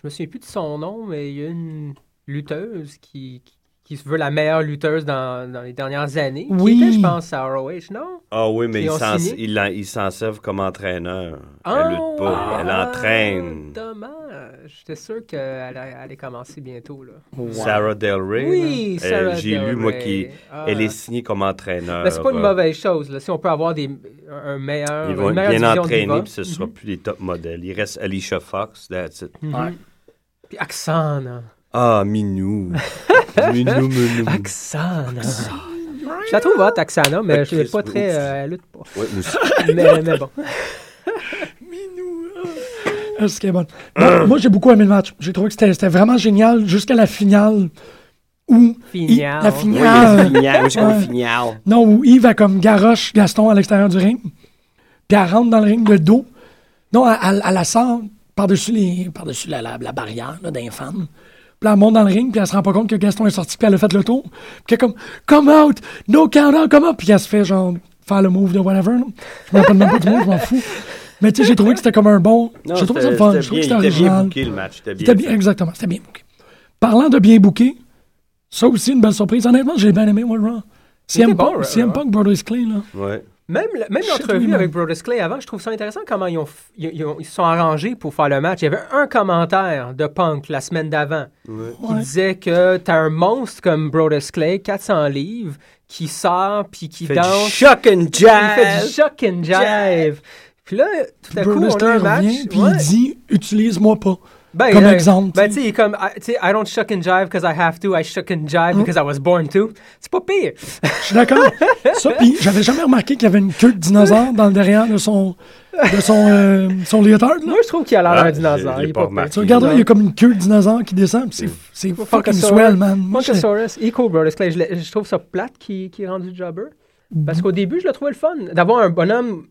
je me souviens plus de son nom, mais il y a une lutteuse qui, qui, qui se veut la meilleure lutteuse dans, dans les dernières années.
Oui.
Qui était, je pense, à ROH, non?
Ah oui, mais
Ils
ils
ont
s'en-
signé?
ils l'en- ils s'en servent comme entraîneur.
Ah,
elle lutte pas, elle
ah,
entraîne.
Dommage. J'étais sûr qu'elle allait commencer bientôt. Là.
Sarah Del Rey.
Oui,
là. Euh,
Sarah
J'ai
Del
lu, moi,
Rey.
qui
Ah.
elle est signée comme entraîneur.
Mais c'est pas une
Euh,
mauvaise chose. Là. Si on peut avoir des, un meilleur.
Ils vont
une
être
meilleure
bien
division de
entraînés,
divas.
puis ce ne sera plus les top modèles. Il reste Alicia Fox, that's it.
Puis Axana.
Ah, Minou. minou, Minou.
Axana. Je la trouve hot, Axana, mais
Ah,
je l'ai
Chris,
pas très.
ouf.
euh, elle lutte pas.
Ouais, nous-
Mais, mais bon.
Ah, c'est qu'elle est bonne. Bon, moi, j'ai beaucoup aimé le match. J'ai trouvé que c'était c'était vraiment génial jusqu'à la finale où.
Finale.
I- la
Oui,
finale.
le fignal, c'est
Ouais.
comme fignal.
non, où Yves a comme garoche Gaston à l'extérieur du ring. Puis elle rentre dans le ring de dos. Non, elle, elle- elle la sort par-dessus les- par-dessus la, la- la barrière là, d'un fan. Puis elle monte dans le ring, puis elle se rend pas compte que Gaston est sorti, puis elle a fait le tour. Puis elle est comme Come out! No count out! Come out! Puis elle se fait genre faire le move de whatever. là. Je me rappelle même pas du mot, je m'en fous. Mais tu sais, j'ai trouvé que c'était comme un bon.
Non,
j'ai trouvé ça le
c'était-
fun.
c'était
Je trouve que c'était
bien, il était bien
original.
booké, le match. C'était bien.
C'était bien,
fait.
exactement, c'était bien booké. Parlant de bien booké, ça aussi, une belle surprise. Honnêtement, j'ai bien aimé World Raw. CM
était bon,
Punk,
Raw,
CM
ouais.
Punk, Brothers Clay, là.
Ouais.
Même, le- même
Shit,
l'entrevue
lui-même.
avec Brodus Clay avant, je trouve ça intéressant comment ils, ont, f- ils, ils ont- ils se sont arrangés pour faire le match. Il y avait un commentaire de Punk la semaine d'avant qui
Ouais.
disait que t'as un monstre comme Brodus Clay, 400 livres, qui sort puis qui
Fait du
danse.
shock and
il fait du
jazz.
shock and jive. Puis là, tout à coup,
Brothers
on a
Clay
un match.
revient, puis
ouais.
il dit « Utilise-moi pas
Ben,
comme
euh,
exemple.
Ben, tu sais, il est comme, I- tu sais, I don't shock and jive because I have to, I shook and
Mm.
jive because I was born to. C'est pas pire.
Je suis d'accord. ça, puis j'avais jamais remarqué qu'il y avait une queue de dinosaure dans le derrière de son, de son, euh, son léotard, là.
Moi, je trouve qu'il a l'air
Ah,
d'un dinosaure.
j'ai- j'ai
il est
pas
pas pire.
remarqué.
Tu regardes, là, il y a comme une queue de dinosaure qui descend, puis c'est- c'est fucking swell, man. Moi, je-
Funkasaurus, Eco Brothers Clay, je, l'ai- je trouve ça plate qui, qui est rendu jobber.
Mm-hmm.
Parce qu'au début, je le trouvais le fun. D'avoir un bonhomme,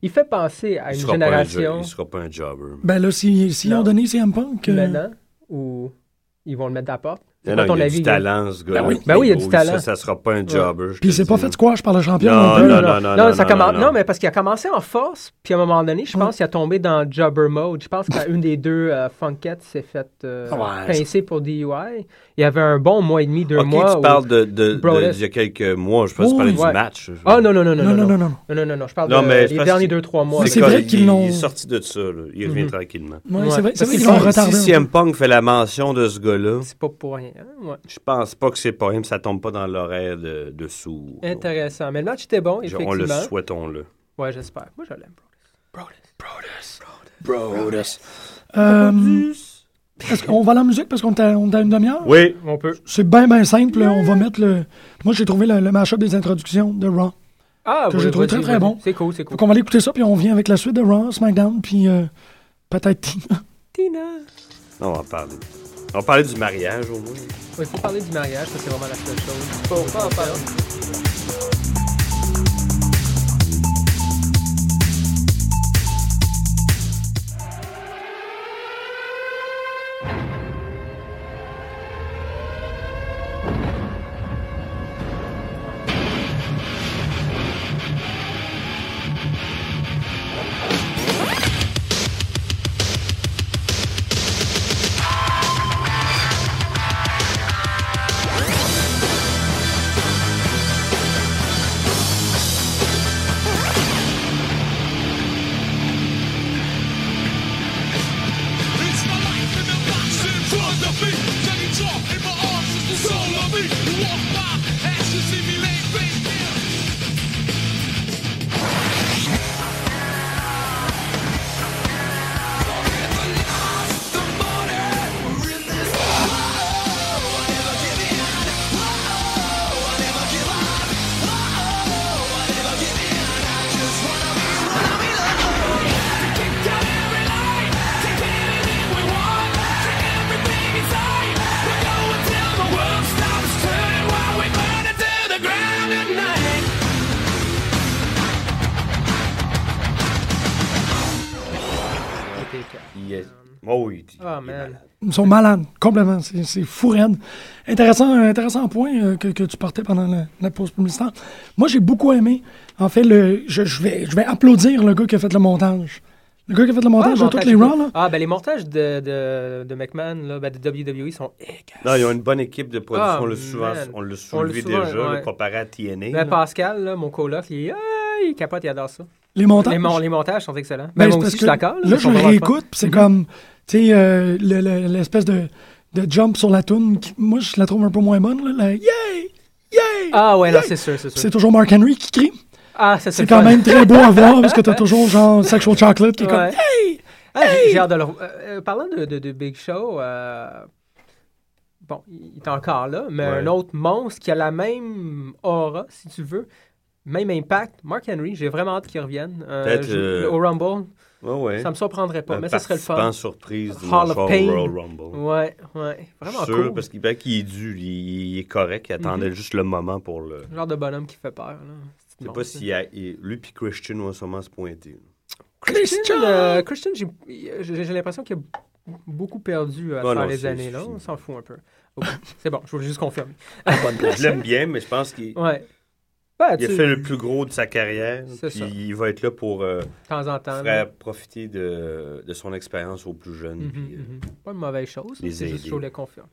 il fait penser à
Il
une
sera pas un jo-
génération
Il sera pas un jobber.
Ben là, s'ils si, s'ils
Non.
ont donné CM Punk... euh,
maintenant où ils vont le mettre à la porte.
Non,
quoi
non,
ton
il y a
avis,
du
Guillaume?
talent, ce gars-là.
Ben oui. Ben oui, il y a du
gros,
talent.
Ça, ça sera pas un jobber. je
Puis il
te
s'est pas
dis.
fait squash par le champion.
Non,
plus.
non, non, non,
non, ça commence.
non.
Non, mais parce qu'il a commencé en force, puis à un moment donné, je pense qu'il a tombé dans Jobber Mode. Je pense qu'une des deux euh, Funkettes s'est faite euh,
Ah
Ouais.
pincer pour DUI. Il y avait un bon mois et demi, deux
Ok,
mois.
tu
où-
parles de, de,
Bro,
de-
laisse-
d'il y a quelques mois. Je pense que tu parlais
Ouais.
du match.
Ah non, non, non, non,
Non, non, non, non.
non, non, non, non, je parle
Non,
de-
mais je
des
pense
derniers
que-
deux, trois mois.
Mais c'est vrai
qu'il-
qu'ils
Il
l'ont-
est sorti de ça. là. Il revient tranquillement.
Ouais, c'est vrai, c'est
Parce
vrai
qu'ils
qu'ils l'ont
sont-
retardé.
Si
un peu.
CM Punk fait la mention de ce gars-là,
C'est pas pour rien. hein, ouais.
je pense pas que c'est pas him, ça tombe pas dans l'oreille de, de sourd.
Intéressant. Mais le match était bon,
Je-
Eh, effectivement.
On le souhaitons-le.
Ouais, j'espère. Moi, je l'aime.
Brodus.
Euh,
Hum.
est-ce qu'on va à la musique parce qu'on est à, on est à une demi-heure?
Oui.
On peut.
C'est bien, bien simple. On va mettre le. Moi, j'ai trouvé le, le mashup des introductions de Raw.
Ah,
Que j'ai trouvé
vas-y,
très, très
vas-y.
bon.
C'est cool, c'est cool.
Donc, on va aller écouter ça, puis on vient avec la suite de Raw, SmackDown, puis euh, peut-être Tina.
Tina.
On va en parler. On va parler du mariage au moins.
Il faut parler du mariage, parce que c'est vraiment la seule chose.
It's my life in the box in front of me. Taking talk in my arms is the soul of me. You walk by, ask to see me lay face down.
C'était écœurant.
Yes. Oh, il, il- il est
Ah, man.
malade.
Ils sont malades, complètement. C'est, c'est fou, raide. Intéressant, intéressant point euh, que, que tu portais pendant la, la pause publicitaire. Moi, j'ai beaucoup aimé. En fait, le, je, je vais, je vais applaudir le gars qui a fait le montage. Le gars qui a fait le montage de
montage
toutes les
de-
Raw, là.
Ah, ben les montages de, de, de McMahon, là, ben, de WWE, sont écœurants.
Non, ils ont une bonne équipe de production.
Ah,
on l'a souvent,
man.
on l'a
On l'a
soulevé
souvent,
déjà,
ouais.
là, comparé à TNA.
Ben,
là.
Pascal, là, mon coloc, il, ah, il capote, il adore ça.
Les montages.
Les, mon- les montages sont excellents.
Ben,
Ben,
c'est
moi
parce
aussi, je Mhm. suis
que
d'accord.
Là,
ils
je
sont
le
vraiment le fun.
réécoute, puis c'est comme, tu sais, euh, le- le- l'espèce de, de jump sur la toune, qui- moi, je la trouve un peu moins bonne, là. la Yay! Yay!
Ah, ouais, non,
Yay!
c'est sûr, c'est
Puis C'est
sûr.
toujours Mark Henry qui crie.
Ah, ça,
C'est
le
quand
fun.
même très beau à voir, parce que t'as toujours, genre, Sexual Chocolate qui est
Ouais.
comme, Hey!
Ah, j'ai- J'ai hâte de le re- euh, euh, Parlant de, de- de Big Show, euh, bon, il est encore là, mais
Ouais.
un autre monstre qui a la même aura, si tu veux, même impact, Mark Henry, j'ai vraiment hâte qu'il revienne euh,
Peut-être,
je-
euh,
au Rumble.
Ouais, ouais.
Ça me surprendrait pas,
Un
mais ça serait le fun.
participant surprise du
Hall of
Montreal
Fame.
Royal Rumble.
Ouais, ouais, vraiment
sûr,
cool.
parce qu'il paraît qu'il est dû, il, il est correct, il attendait juste le moment pour le.
Le genre de bonhomme qui fait peur. Là. C'est
Je sais
bon,
pas
ça.
si lui puis Christian vont sûrement se pointer.
Christian, euh, Christian, j'ai, j'ai- j'ai l'impression qu'il a beaucoup perdu euh, à
Ah
travers
non,
les
c'est-
années. Là.
c'est-
On s'en fout un peu. Ok, C'est bon, je voulais juste confirmer.
Je l'aime bien, mais je pense qu'il
Ouais. Ben,
il a
tu-
fait le plus gros de sa carrière.
C'est
Puis
ça.
il va être là pour euh,
de temps en temps. là.
faire profiter de, de son expérience aux plus jeunes.
Mhm,
puis, euh,
mhm. Pas une mauvaise chose.
les
C'est juste
aider.
je le confirme.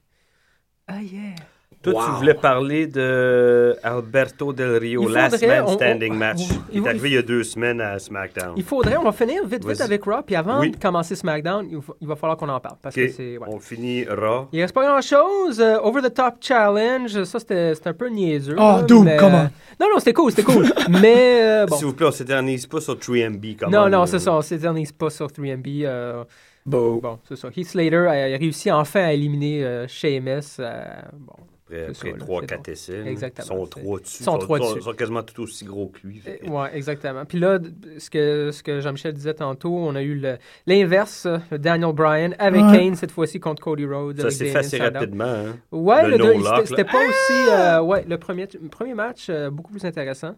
Ah yeah.
Toi, tu voulais parler de Alberto Del Rio,
Il faudrait-
Last Man
on- on-
Standing
on-
Match.
il
il est
faut-
arrivé il y a deux semaines à SmackDown.
Il faudrait, on va finir vite vite
Vas-y.
avec Raw, puis avant
Oui.
de commencer SmackDown, il va, il va falloir qu'on en parle parce
OK,
que c'est. ouais.
On finit Raw.
Il reste pas grand chose. over the top challenge, ça c'était c'était un peu niaiseux.
Ah,
là,
dude,
mais- euh,
come on.
Non non, c'était cool, c'était cool. mais euh, bon.
S'il vous plaît, on s'éternise pas sur 3MB. comme
Non,
on-
non, c'est ça, on s'éternise pas sur 3MB. euh, Bon, c'est ça. Heath Slater a, a réussi enfin à éliminer euh, Sheamus. euh, bon,
Après,
C'est ça, là,
3,
c'est
4 essais.
Exactement,
Ils sont
c'est-
3 dessus.
Ils sont
Ils
trois
sont-
dessus. Eh,
ils sont quasiment tout aussi gros que lui. fait que-
Oui, Euh, exactement. Puis là, d- ce que, ce que Jean-Michel disait tantôt, on a eu le- l'inverse, euh, le Daniel Bryan avec
Ouais.
Kane, cette fois-ci contre Cody Rhodes.
Ça
avec
s'est
des
fait assez
inside-out.
rapidement. hein.
Ouais,
Le
le deux-
no-lock,
c'était-
là.
c'était pas aussi.
Ah!
euh, ouais, le premier, le premier match, euh, beaucoup plus intéressant.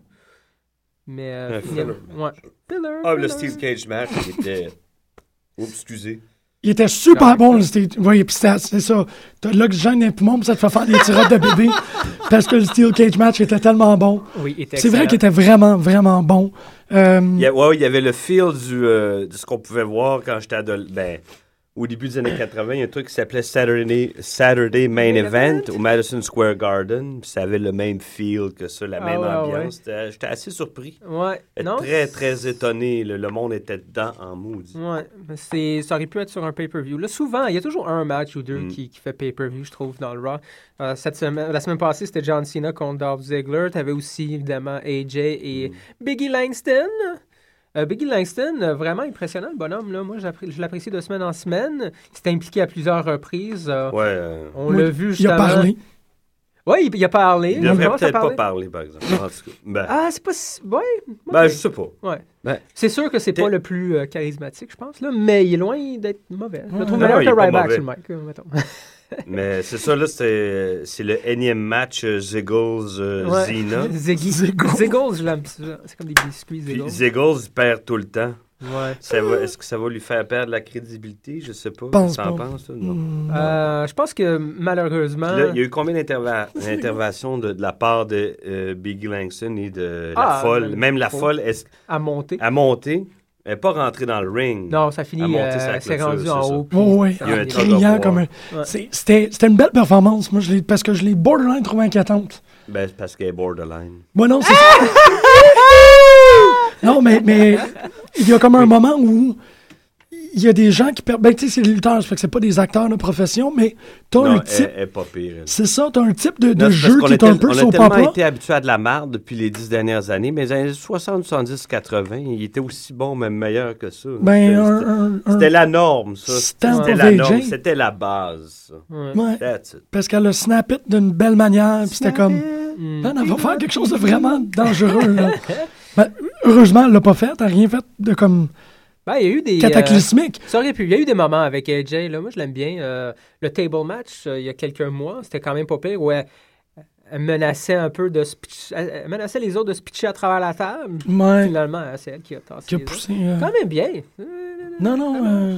Mais. euh,
Un
finalement-
filler
ouais. Filler,
Ah, le
filler.
Steel Cage match, il était. Oups, excusez.
Il était super bon, le steel. Oui, puis c'était- c'est ça. T'as de l'oxygène dans les poumons, puis ça te fait faire des tirottes de bébé. Parce que le Steel Cage Match était tellement bon.
Oui, il était
C'est vrai
excellent.
qu'il était vraiment, vraiment bon. Euh,
Il y, a- ouais, il y avait le feel du, euh, de ce qu'on pouvait voir quand j'étais adulte. Ben, au début des années 80, il y a un truc qui s'appelait Saturday, Saturday Main Event au Madison Square Garden. Puis ça avait le même feel que ça, la
Ah
même
ouais,
ambiance. J'étais- J'étais assez surpris.
Ouais, non?
Très, très étonné. Le, le monde était dedans en maudit.
Ouais, mais c'est- ça aurait pu être sur un pay-per-view. Là, souvent, il y a toujours un match ou deux
Mm.
qui, qui fait pay-per-view, je trouve, dans le Raw. Euh, cette semaine, la semaine passée, c'était John Cena contre Dolph Ziggler. T'avais aussi, évidemment, AJ et
Mm.
Biggie Langston. Euh, Biggie Langston, euh, vraiment impressionnant, le bonhomme. Là. Moi, j'appré- je l'apprécie de semaine en semaine. Il s'est impliqué à plusieurs reprises. Euh,
Ouais. euh,
On
moi,
l'a vu
Il
justement.
a parlé.
Oui, il, il a parlé.
il devrait
commence à
peut-être pas
parler.
parler, par exemple. En tout cas, ben,
Ah, c'est pas si... Ouais,
ben, je sais pas.
ouais.
Ben,
C'est sûr que c'est
T'es-
pas le plus euh, charismatique, je pense, là, mais il est loin d'être mauvais. Je le trouve
Non,
meilleur
non, il est
que
pas
Ryback
mauvais.
sur le mic, euh, mettons.
Mais c'est ça, là, c'est c'est le énième match euh, Ziggles-Zina.
Ouais. Ziggy.
Ziggles.
Ziggles, je l'aime. ça. C'est comme des biscuits,
Puis
Ziggles.
Ziggles perd tout le temps.
Ouais.
Ça va- Est-ce que ça va lui faire perdre la crédibilité? Je sais pas.
Pense
T'en
pas. Mm.
penses, toi? Non.
Euh, je pense que malheureusement.
Puis là, il y a eu combien d'interva- d'interventions de, de la part de euh, Biggie Langston et de la
Ah,
folle?
même
Même la
pas.
folle, est
à monter.
à monter, elle n'est pas rentrée dans le ring.
Non, ça finit.
à monter,
euh,
c'est la
c'est
clôture,
rendu
c'est
en
ça.
haut. puis-
Oh, oui.
Il y a eu un truc à
Criant
voir.
comme un- C'est- C'était c'était une belle performance, moi, je l'ai- parce que je l'ai borderline trouvé inquiétante.
Ben, c'est parce qu'elle est borderline.
Moi, non, c'est ça. non, mais, mais il y a comme un moment où il y a des gens qui perdent. Ben, tu sais, c'est des lutteurs, ça fait que c'est pas des acteurs de profession, mais t'as
Non,
un
elle-
type.
elle n'est pas pire. elle.
C'est ça, t'as un type de, de
Non, c'est parce
jeu
qu'on
qui est
était-
un peu
On
sur
a
le
tellement
papa.
été habitué à de la marde depuis les dix dernières années, mais les années 60, 70, 80, il était aussi bon, même meilleur que ça.
Ben,
C'était-
un- un-
c'était- C'était la norme, ça.
Stand
C'était
of
la norme,
aging.
c'était la base. ça.
Ouais,
That's it.
parce qu'elle a snap it d'une belle manière, puis c'était comme. Non, elle va faire quelque chose de vraiment dangereux, là. Ben, heureusement, elle l'a pas fait, elle a rien fait de comme
Ben, il y a eu des. euh,
cataclysmique.
Ça aurait pu. Il y a eu des moments avec AJ, là. Moi, je l'aime bien. Euh, le table match, euh, il y a quelques mois, c'était quand même pas pire. où elle- elle menaçait un peu de se pitch- elle- elle menaçait les autres de se pitcher à travers la hein. table.
Ouais,
Finalement, hein, c'est elle qui a tassé.
qui a
les autres.
poussé. euh,
Quand même bien.
Non, non. euh,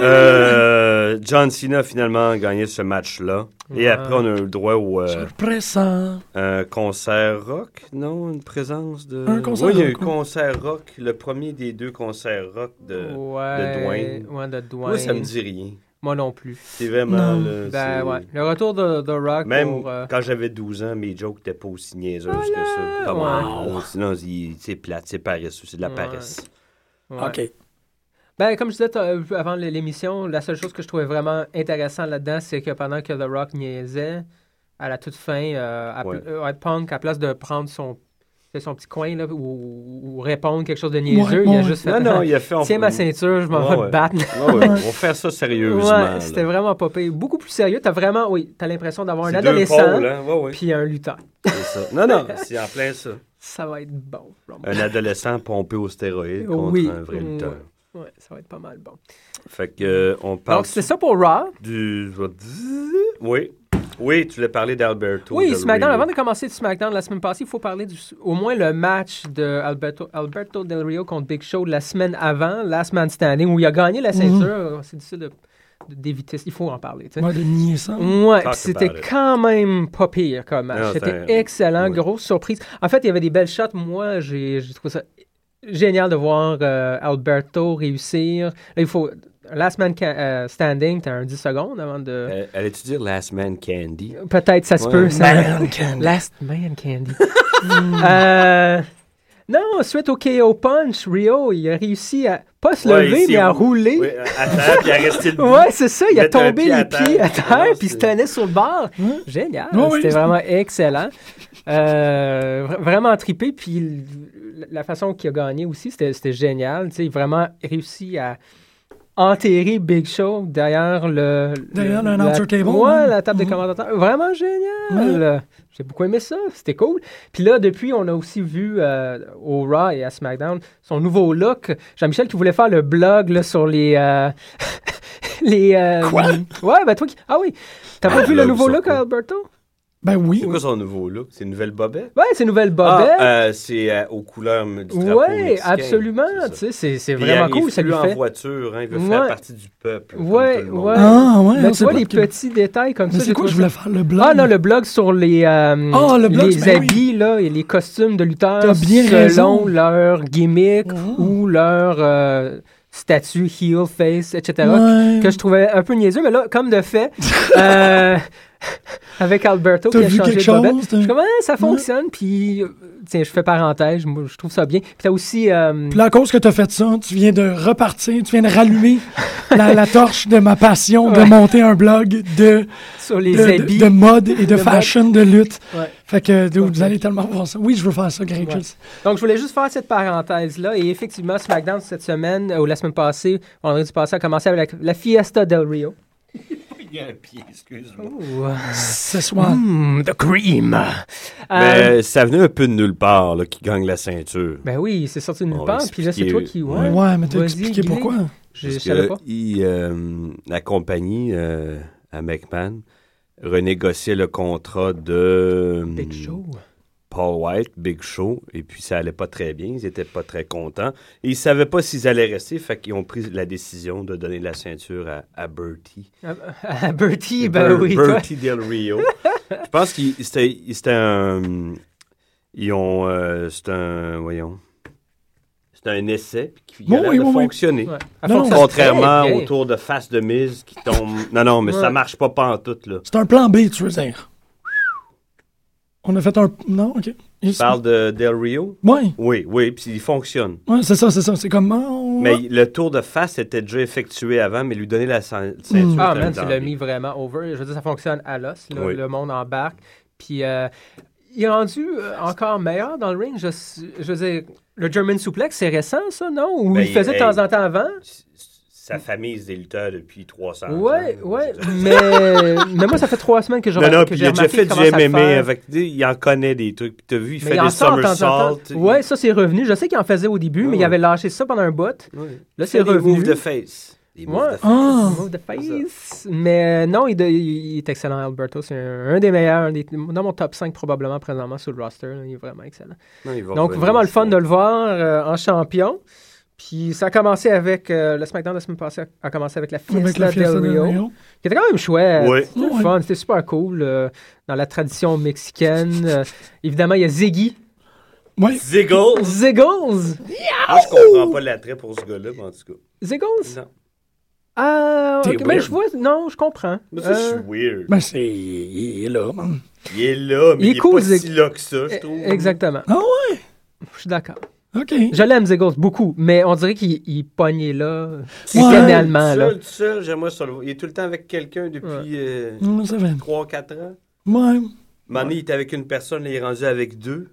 Euh, John Cena a finalement gagné ce match-là. Et après, on a eu le droit au euh,
Surpressant.
un concert rock, non? Une présence de...
Un concert
oui, il y a eu
rock, oui.
concert rock, le premier des deux concerts rock de, de
Ouais,
Dwayne.
ouais, de Dwayne.
Moi, ça me dit rien.
Moi non plus.
C'est vraiment...
Non.
là,
Ben
c'est-
ouais. Le retour de, de Rock
Même
pour. euh,
quand j'avais 12 ans, mes jokes n'étaient pas aussi niaiseuses que
Voilà.
ça. Comme,
Ouais.
ah, non, Sinon, il- c'est plate, c'est paresseux, c'est de la
Ouais.
paresse.
ouais. Ben, comme je disais t'as- avant l- l'émission, la seule chose que je trouvais vraiment intéressant là-dedans, c'est que pendant que The Rock niaisait, à la toute fin, euh, à
Ouais.
pl- euh, à Punk, à place de prendre son, son petit coin là, ou, ou répondre quelque chose de
Ouais,
niaiseux, il a
ouais.
juste fait. Ah,
Non, non, il a fait... on-
Tiens ma ceinture, je m'en
Ouais,
vais
ouais.
te battre.
Ah Ouais, ouais, on va faire ça sérieusement.
Ouais, c'était
là.
vraiment pas pire. Beaucoup plus sérieux. T'as vraiment, oui, t'as l'impression d'avoir un
C'est deux
adolescent
pôles, hein? Ouais, ouais.
puis un lutteur.
C'est ça. Non, non, c'est en plein ça.
Ça va être bon. Roman.
Un adolescent pompé aux stéroïdes contre
Oui.
un vrai lutteur.
Ouais, ça va être pas mal bon.
Fait que, euh, on parle
Donc, c'est ça pour Raw.
du... Oui. Oui, tu voulais parler d'Alberto.
Oui,
Del
SmackDown.
Rio.
Avant de commencer du SmackDown la semaine passée, il faut parler du, au moins le match de Alberto, Alberto Del Rio contre Big Show de la semaine avant, Last Man Standing, où il a gagné la
Mm-hmm.
ceinture. C'est difficile de- de- d'éviter. Il faut en parler. tu sais.
Moi, de nier ça.
Ouais,
Talk
puis c'était
about it.
quand même pas pire comme match.
Non,
C'était
c'est un-
excellent,
oui.
grosse surprise. En fait, il y avait des belles shots. Moi, j'ai j'ai trouvé ça génial de voir euh, Alberto réussir. Là, il faut. Last man ca- euh, standing, t'as un 10 secondes avant de.
Euh, Allais-tu dire Last Man Candy?
Peut-être, ça se
Ouais.
peut. ça-
Man candy.
Last man candy. Euh, Non, suite au KO Punch, Rio, il a réussi à pas se
Ouais,
lever,
il s'est
mais à
rou-
rouler.
Oui, à terre, puis à rester debout.
Ouais, c'est ça. Il a
Mettre un
tombé
pied
les
à terre.
pieds à terre,
Non,
puis il se
c'est- Mmh.
tenait sur le bord. Génial.
Ouais,
C'était
ouais.
vraiment excellent. Euh, vra- vraiment trippé. Puis l- la façon qu'il a gagné aussi, c'était c'était génial. Tu sais, il a vraiment réussi à enterrer Big Show derrière le...
Derrière
le-
le
la-
announcer table,
Ouais,
hein.
la table des commentateurs. Vraiment génial. J'ai beaucoup aimé ça. C'était cool. Puis là, depuis, on a aussi vu euh, au Raw et à SmackDown son nouveau look. Jean-Michel qui voulait faire le blog là, sur les... euh, les euh,
Quoi?
Ouais, ben toi qui... Ah oui. T'as pas
Un
vu le
blog
nouveau
sur
look,
quoi?
Alberto?
Ben oui.
C'est quoi son nouveau look? C'est une nouvelle bobette?
Ouais, ces nouvelles bobettes.
Ah, euh, c'est euh, aux couleurs euh, du drapeau
ouais,
mexicain.
absolument.
C'est ça.
Tu sais, c'est c'est
Puis
vraiment
il arrive
cool. Ça
plus
lui
en
fait.
voiture, hein, il veut
Ouais.
faire partie du peuple. comme
Ouais,
tout le monde.
ouais.
Ah, ouais.
Mais
hein,
tu vois,
pas
les
que-
petits détails comme
Mais
ça.
c'est
j'ai
quoi,
trouvé
je voulais
ça-
faire le blog.
Ah non, le blog sur les, euh,
Ah, le blog,
les
ben oui.
habits là, et les costumes de lutteurs
T'as bien
selon
raison. Oh.
leur gimmick ou leur euh, statut heel, face, etc.
Ouais.
Que je trouvais un peu niaiseux, mais là, comme de fait, euh, avec Alberto qui
T'as
a
vu
changé
quelque
de bobette,
chose, t'as-
je suis comme, Ah, ça fonctionne, puis euh, tiens, je fais parenthèse, moi, je trouve ça bien. Puis t'as aussi... euh,
Puis là, à cause que t'as fait ça, tu viens de repartir, tu viens de rallumer la, la torche de ma passion de
Ouais.
monter un blog de,
sur les
de, de-
habits.
de mode et de,
De mode.
fashion de lutte.
Ouais.
Fait que dude,
Ok.
vous allez tellement voir ça. Oui, je veux faire ça, Greg.
Ouais. Donc, je voulais juste faire cette parenthèse-là. Et effectivement, SmackDown, cette semaine, euh, ou la semaine passée, vendredi passé, a commencé avec la, la Fiesta del Rio.
Il y a un pied, excuse-moi.
Ce soir.
Mm. the cream.
Mmm,
Euh,
Mais ça venait un peu de nulle part, là, qui gagne la ceinture.
ben oui, c'est sorti de nulle
On va
part. Puis là, c'est
expliquer.
toi qui.
Ouais,
Ouais,
mais t'as
Vas-y,
expliqué
Greg.
pourquoi.
Je, je
Parce
savais
que
pas.
il, euh, la compagnie euh, à McMahon renégociait le contrat de euh,
Big Show.
Paul White, Big Show, et puis ça allait pas très bien, ils étaient pas très contents. Et ils savaient pas s'ils allaient rester, fait qu'ils ont pris la décision de donner la ceinture à, à Bertie.
Ah, ah,
Eh
Bertie, ben
Ber-
oui. Toi.
Bertie Del Rio. Je pense qu'ils c'était c'était un euh, ils ont euh, c'est un voyons. C'était un essai puis qui
Oui,
a l'air
oui,
de
oui, oui.
fonctionner.
Ouais. À
Non,
force,
non,
ça se
Contrairement
fait,
au
hey.
tour de face de mise qui tombe. Non, non, mais
Ouais.
ça marche pas pantoute, là.
C'est un plan B, tu veux dire. On a fait un. Non, ok. Il-
Tu parles de Del Rio?
Ouais,
Oui, oui, puis il fonctionne.
ouais c'est ça, c'est ça. C'est comme. ah, on-
Mais le tour de face était déjà effectué avant, mais lui donner la cen- ceinture.
Mm.
Ah,
c'était
man,
une
tu l'as
dinguerie.
mis vraiment over. Je veux dire, ça fonctionne à l'os. là.
Oui.
Le monde embarque. Puis, euh, il est rendu euh, encore meilleur dans le ring. Je, je veux dire, le German Suplex, c'est récent, ça, non? Ou
Ben,
il faisait de
hey.
temps en temps avant?
Sa famille, c'est des lutteurs depuis 300
Ouais,
ans.
ouais. Mais, mais moi, ça fait trois semaines que je
Non, non, puis
que
il
j'ai
a déjà
remarqué
fait
qu'il
du
commence à le
MMA
faire.
avec. Il en connaît des trucs. Puis t'as vu, il
Mais
fait
il en
des
sort de temps en
somersaults.
temps. Ouais, ça, c'est revenu. Je sais qu'il en faisait au début, mais il
Ouais.
avait lâché ça pendant un bout.
Ouais.
Là,
C'est
c'est
des
revenu.
moves de face. Des moves
Ouais.
de face.
Ah!
Move the face. Mais euh, non, il, de- il est excellent, Alberto. C'est un, un des meilleurs, un des- dans mon top 5 probablement présentement sur le roster. là. il est vraiment excellent.
Non, il va
Donc,
revenir,
vraiment le
je
fun
pense.
de le voir euh, en champion. Puis ça a commencé avec euh, le SmackDown de la semaine passée, a commencé avec la Fiesta,
Avec la fiesta
del Rio, qui était quand même chouette.
Ouais.
C'était le
Ouais.
fun, c'était super cool euh, dans la tradition mexicaine. Euh, évidemment, il y a Ziggy.
Ouais.
Ziggles!
Ziggles!
Moi, Ah, je comprends pas l'attrait pour ce gars-là, mais en tout cas.
Ziggles?
Non.
Ah,
T'es
ok, ben,
weird.
je vois, non, je comprends.
Mais ça,
Euh, bah,
c'est weird.
Ben, c'est. Il est là, man.
Il est là, mais
Il
il
est
est,
cool,
pas
Zig- Eh,
si là que ça, je trouve.
e-, Exactement.
Ah ouais?
Je suis d'accord.
Ok.
Je l'aime, Ziggles, beaucoup, mais on dirait qu'il il pognait là,
Ouais.
finalement.
Seul,
Là.
tout seul, j'aimerais ça le voir. Il est tout le temps avec quelqu'un depuis euh,
Hum, ça va.
3-4 ans.
Ouais.
Mané, il est avec une personne, là, il est rendu avec deux.